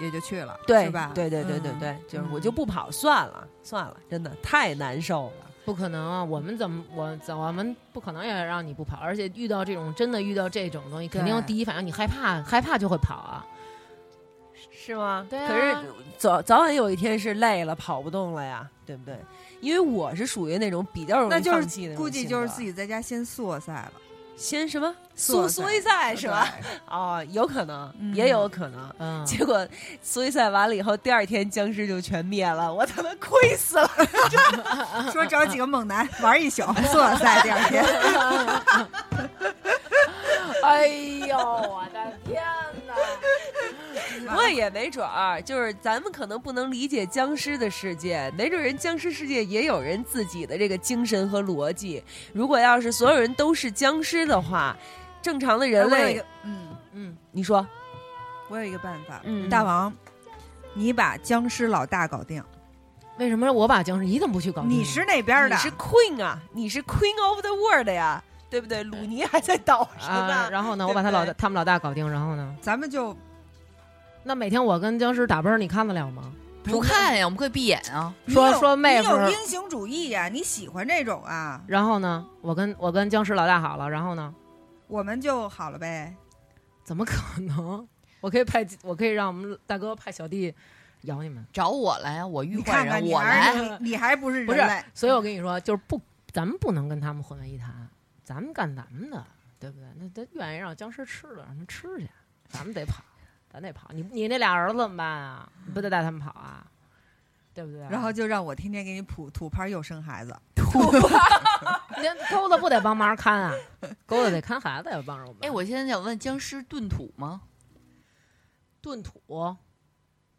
A: 也也就去了，
B: 对
A: 是吧？
B: 对对对对
A: 嗯
B: 对，就是我
A: 嗯
B: 就不跑算了，算了，真的太难受了。
D: 不可能啊！我们怎么我怎我们不可能也让你不跑，而且遇到这种真的遇到这种东西，肯定
A: 对
D: 第一反应你害怕，害怕就会跑啊。
B: 是吗？
D: 对啊
B: 可是早早晚有一天是累了，跑不动了呀，对不对？因为我是属于那种比较容易
A: 那就
B: 放弃的
A: 是
B: 那种
A: 估计
B: 性
A: 就是
B: 格
A: 自己在家先缩塞了，
B: 先什么
A: 做
B: 苏
A: 菜
B: 苏一赛是吧？ 哦，有可能，
A: 嗯
B: 也有可能。
D: 嗯，
B: 结果苏一赛完了以后，第二天僵尸就全灭了，我他妈亏死 了！
A: 对？ 说找几个猛男玩一宿，缩塞第二天。
D: 哎呦，我的天哪！
B: 不过也没准儿，就是咱们可能不能理解僵尸的世界，没准人僵尸世界也有人自己的这个精神和逻辑。如果要是所有人都是僵尸的话，正常的人
A: 我有一
B: 类，
A: 个，嗯，
D: 嗯，
B: 你说
A: 我有一个办法，
B: 嗯
A: 大王，你把僵尸老大搞定，
D: 为什么我把僵尸你怎么不去搞定呢？
A: 你是那边的
B: 你，是 Queen 啊，你是 Queen of the World 呀，对不对？鲁尼还在岛上呢。
D: 啊，然后呢，我把他
B: 对不对
D: 老大他们老大搞定，然后呢，
A: 咱们就
D: 那每天我跟僵尸打啵儿，你看得了吗？
E: 不看呀，我们可以闭眼啊。
A: 你
D: 说
A: 有
D: 说妹
A: 你
D: 夫
A: 有英雄主义呀、你喜欢这种啊，
D: 然后呢，我跟我跟僵尸老大好了，然后呢，
A: 我们就好了呗。
D: 怎么可能？ 我可以派，我可以让我们大哥派小弟咬你们。
E: 找我来啊，我遇
A: 你
E: 坏
A: 看看，
E: 人，
A: 你
E: 我
A: 还
E: 来。
A: 是你你还不是
D: 不
A: 人
D: 是啊
A: 类？
D: 所以我跟你说，就是不，咱们不能跟他们混为一谈，咱们干咱们的，对不对？那他愿意让僵尸吃了，让他们吃去，咱们得跑，咱得跑。你你那俩儿子怎么办啊？你不得带他们跑啊？对不对？啊
A: 然后就让我天天给你吐吐牌又生孩子，
D: 那钩子不得帮忙看 啊？钩子得看孩子，也帮着我们。
E: 哎，我现在想问，僵尸炖土吗？
D: 炖土，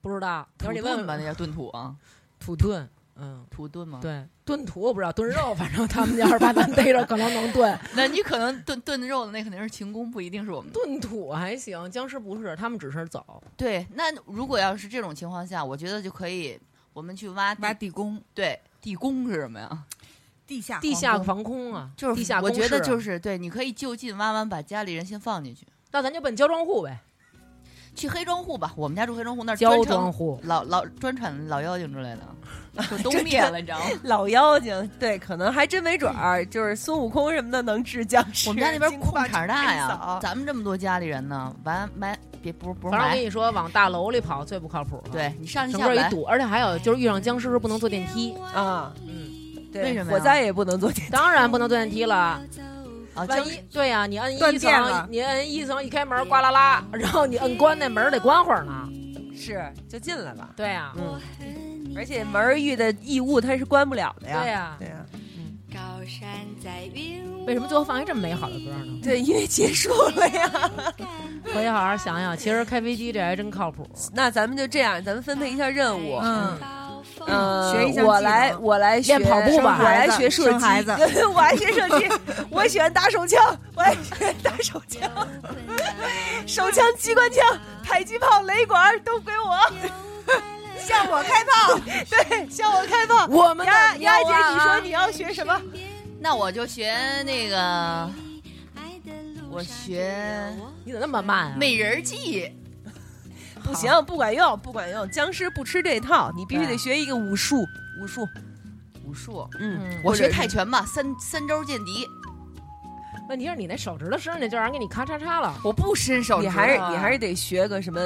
D: 不知道，一会
E: 土
D: 儿你问
E: 炖
D: 问
E: 吧，那叫炖土啊，
D: 土炖，嗯。
E: 土炖吗？，
D: 对，炖土我不知道，炖肉，反正他们要是把咱逮着，可能能 炖。
E: 那你可能炖炖肉的那肯定是秦宫，不一定是我们炖。
D: 炖土还行，僵尸不是，他们只是走。
E: 对，那如果要是这种情况下，我觉得就可以，我们去挖地
A: 挖地宫、
E: 对地宫是什么呀？
A: 地下、
D: 地下防空啊，
E: 就是
D: 地下
E: 我
D: 工
E: 觉得
D: 事啊
E: 就是对，你可以就近挖完，把家里人先放进去，
D: 那咱就奔焦庄户呗，
E: 去黑庄户吧。我们家住黑庄户那儿专
D: 焦
E: 程
D: 庄户。
E: 老老专产老妖精之类的， 就都灭了，你知 道吗？
B: 老妖精，对，可能还真没准儿，就是孙悟空什么的能治僵尸。
E: 我们家那边
B: 金
E: 空
B: 箍棒
E: 场大
B: 斩
E: 呀
B: 扫，
E: 咱们这么多家里人呢，完埋别不是不是
D: 反正我跟
E: 埋，
D: 你说，往大楼里跑最不靠谱了。，
E: 对你上去
D: 整
E: 下
D: 个一
E: 来，
D: 堵，而且还有就是遇上僵尸是不能坐电梯，
B: 啊，
D: 嗯，
B: 对，
E: 为什么呀
B: 火灾也不能做电
D: 当然不能坐电梯了。
E: 啊，
D: 万
E: 僵
D: 一对呀、你摁
A: 断
D: 一
A: 电了
D: 层，你摁一层一开门，呱啦啦，然后你摁关那门得关会儿呢。
B: 视，就进来吧。
D: 对啊呀、
B: 嗯，而且门儿遇的异物它是关不了的呀。
D: 对啊呀、
B: 对
A: 啊
B: 呀，
G: 高山在云雾
D: 为什么最后放一这么美好的歌呢？
B: 对，因为结束了呀。
D: 回去好好想想，其实开飞机这还真靠谱。
B: 那咱们就这样，咱们分配一下任务。
A: 嗯，
G: 暴风
B: 呃
A: 学一项技能
B: 我来，我来学
D: 练跑步吧
B: 我来学射
A: 生
B: 击，
A: 孩子
B: 我还学射击，我喜欢打手枪，我还喜欢打 手枪，手枪、机关枪、迫击炮、雷管都归我，
A: 向我开炮，
B: 对，向我开炮。
D: 我们
B: 丫
D: 的
B: 丫
D: 喵
B: 姐，
D: 啊
B: 你说你要学什么？
E: 那我就学那个 我学
D: 你怎么那么慢啊？
E: 美人计，
B: 不行，不管用，不管用，僵尸不吃这套，你必须得
D: 对
B: 学一个武术，武术，
E: 武术，
B: 嗯
E: 我学泰拳吧，三三招见敌，
D: 问题是你那手指头伸上去，就让人给你咔嚓嚓了。
E: 我不伸手指
B: 你
E: 啊，
B: 还是你还是得学个什么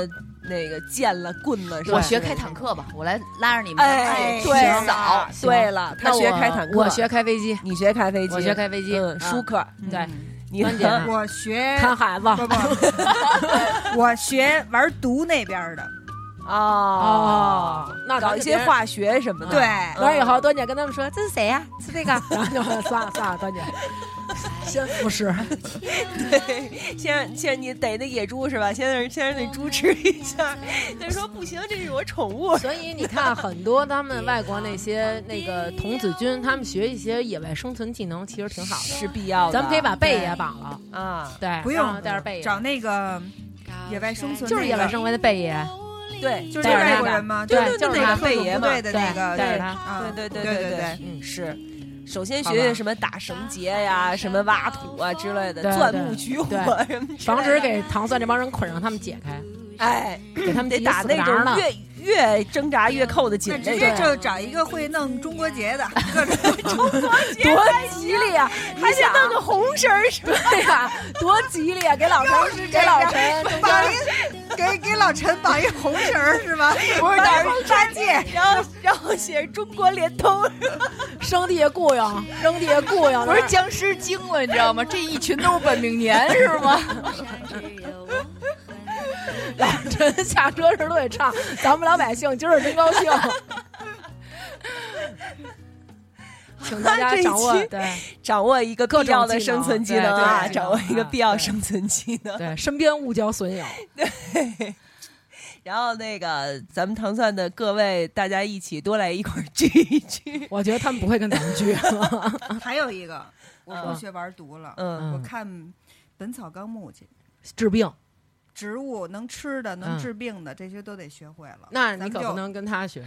B: 那个剑了、棍了，是吧
E: 我学开坦克吧，我来拉着你们
B: 哎，
E: 去
B: 对
E: 洗澡
B: 了，，对了，他
D: 那
B: 学
D: 我
B: 开坦克，
D: 我学开飞机，
B: 你学开飞机，
D: 我学开飞机，
B: 嗯，舒
D: 嗯
B: 克，
D: 对，
B: 你你
D: 观点啊
A: 我学
D: 看孩子
A: 不不， 我学玩毒那边儿的，
B: 哦，
D: 那咱
B: 搞
D: 就
B: 一
D: 别
B: 些
D: 人
B: 化学什么
D: 啊
B: 的，
A: 对
B: 嗯
D: 完以后，端姐跟他们说：“这是谁呀、是这个。” 然后就算了算了，端姐，先不是，
B: 对，先让先让你逮那野猪是吧？先让先让那猪吃一 下，再说不行，这是我宠 物。
D: 所以你看，很多他们外国那些那个童子军，他们学一些野外生存技能，其实挺好的。
B: 是必要的，
D: 咱们可以把背也绑了，
B: 啊，
D: 对，
A: 不
D: 然
A: 用
D: 后带着贝爷，
A: 找那个 野外生存，
D: 就是野外生活的贝爷，
B: 对，
A: 就
B: 就是是
D: 带着
A: 外
D: 他
A: 国
D: 吧
A: 人嘛，
D: 对
A: 就是
D: 就是
A: 那
D: 他
A: 个
B: 贝爷
A: 部
B: 嘛
A: 队的那个，
D: 带着他。
A: 啊，
B: 对对
A: 对
B: 对
A: 对，
D: 嗯
B: 是。首先学
D: 好吧
B: 学什么打绳结呀、什么挖土啊之类的，
D: 对
B: 钻
D: 对
B: 木取火啊
D: 对
B: 什么之类的，
D: 防止给糖蒜这帮人捆上，他们解开，
B: 哎，
D: 给他们
B: 得
D: 系
B: 打
D: 死
B: 那
D: 个
B: 种
D: 囊呢。
B: 越越挣扎越扣的紧那
A: 那
B: 种，
A: 直接就找一个会弄中国结的，各种
B: 多吉利啊！还得弄个红绳儿什么
D: 对哎呀，多吉利啊！给老 陈，给老陈，
A: 绑一给给老陈绑一红绳儿是吧？不是八戒，
B: 然后然后写中国联通，
D: 扔地下雇佣，扔地下雇佣。
E: 不是僵尸精了，你知道吗？这一群都是本命年，是吗？
D: 老陈 下车时都得唱，咱们老百姓今儿真高 兴。请大家掌握
B: 这一期
D: 对
B: 掌握一个必要的生存技能啊，
D: 各种技能对对
B: 掌握一个必要生存技能。
D: 对，身边勿交损友。
B: 然后那个咱们糖蒜的各位，大家一起多来一块儿聚一聚。
D: 我觉得他们不会跟咱们聚。
A: 还有一个我
B: 嗯
A: 不学玩毒了，
B: 嗯
A: 我看《本草纲目》去。
D: 治病，
A: 植物能吃的、能
D: 嗯
A: 治病的，这些都得学会了。咱
D: 那你
A: 们
D: 可
A: 就
D: 不能跟他学。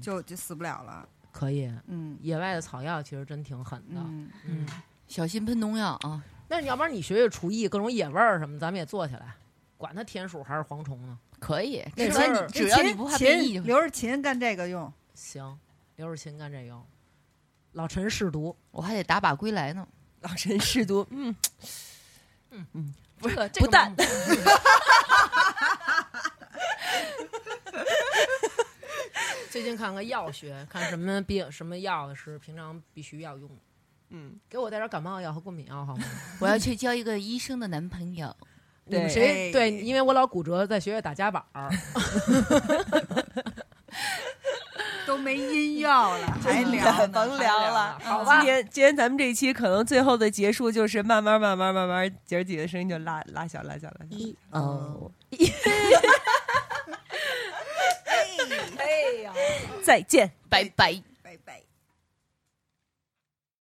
A: 就就死不了了。
D: 可以，
A: 嗯
D: 野外的草药其实真挺狠的。
A: 嗯，
D: 嗯，
E: 小心喷农药啊！
D: 那你要不然你学学厨艺，各种野味儿什么，咱们也做起来。管它天鼠还是蝗虫呢？
E: 可以，
D: 那
E: 只
D: 事
E: 要
D: 儿
E: 你只要你不怕变异
A: 秦
E: 就
A: 刘若琴干这个用，
D: 行，刘若琴干这个，老陈试毒，
E: 我还得打靶归来呢。
B: 老陈试毒，嗯，
D: 不是
B: 不但
D: 最近看看药学，看什么病什么药是平常必须要用的。
B: 嗯，
D: 给我带点感冒药和过敏药好吗？
E: 我要去交一个医生的男朋友。
D: 你们
B: 对
D: 谁
A: 哎
D: 对？因为我老骨折，在学校打夹板儿，
A: 都没音药了，还 聊呢？
B: 甭聊了，嗯好吧。今天今天咱们这一期可能最后的结束就是慢慢慢慢慢慢，姐儿几个声音就拉拉小拉小拉小。
E: 嗯
D: 哦，
B: 再见。
E: 拜拜。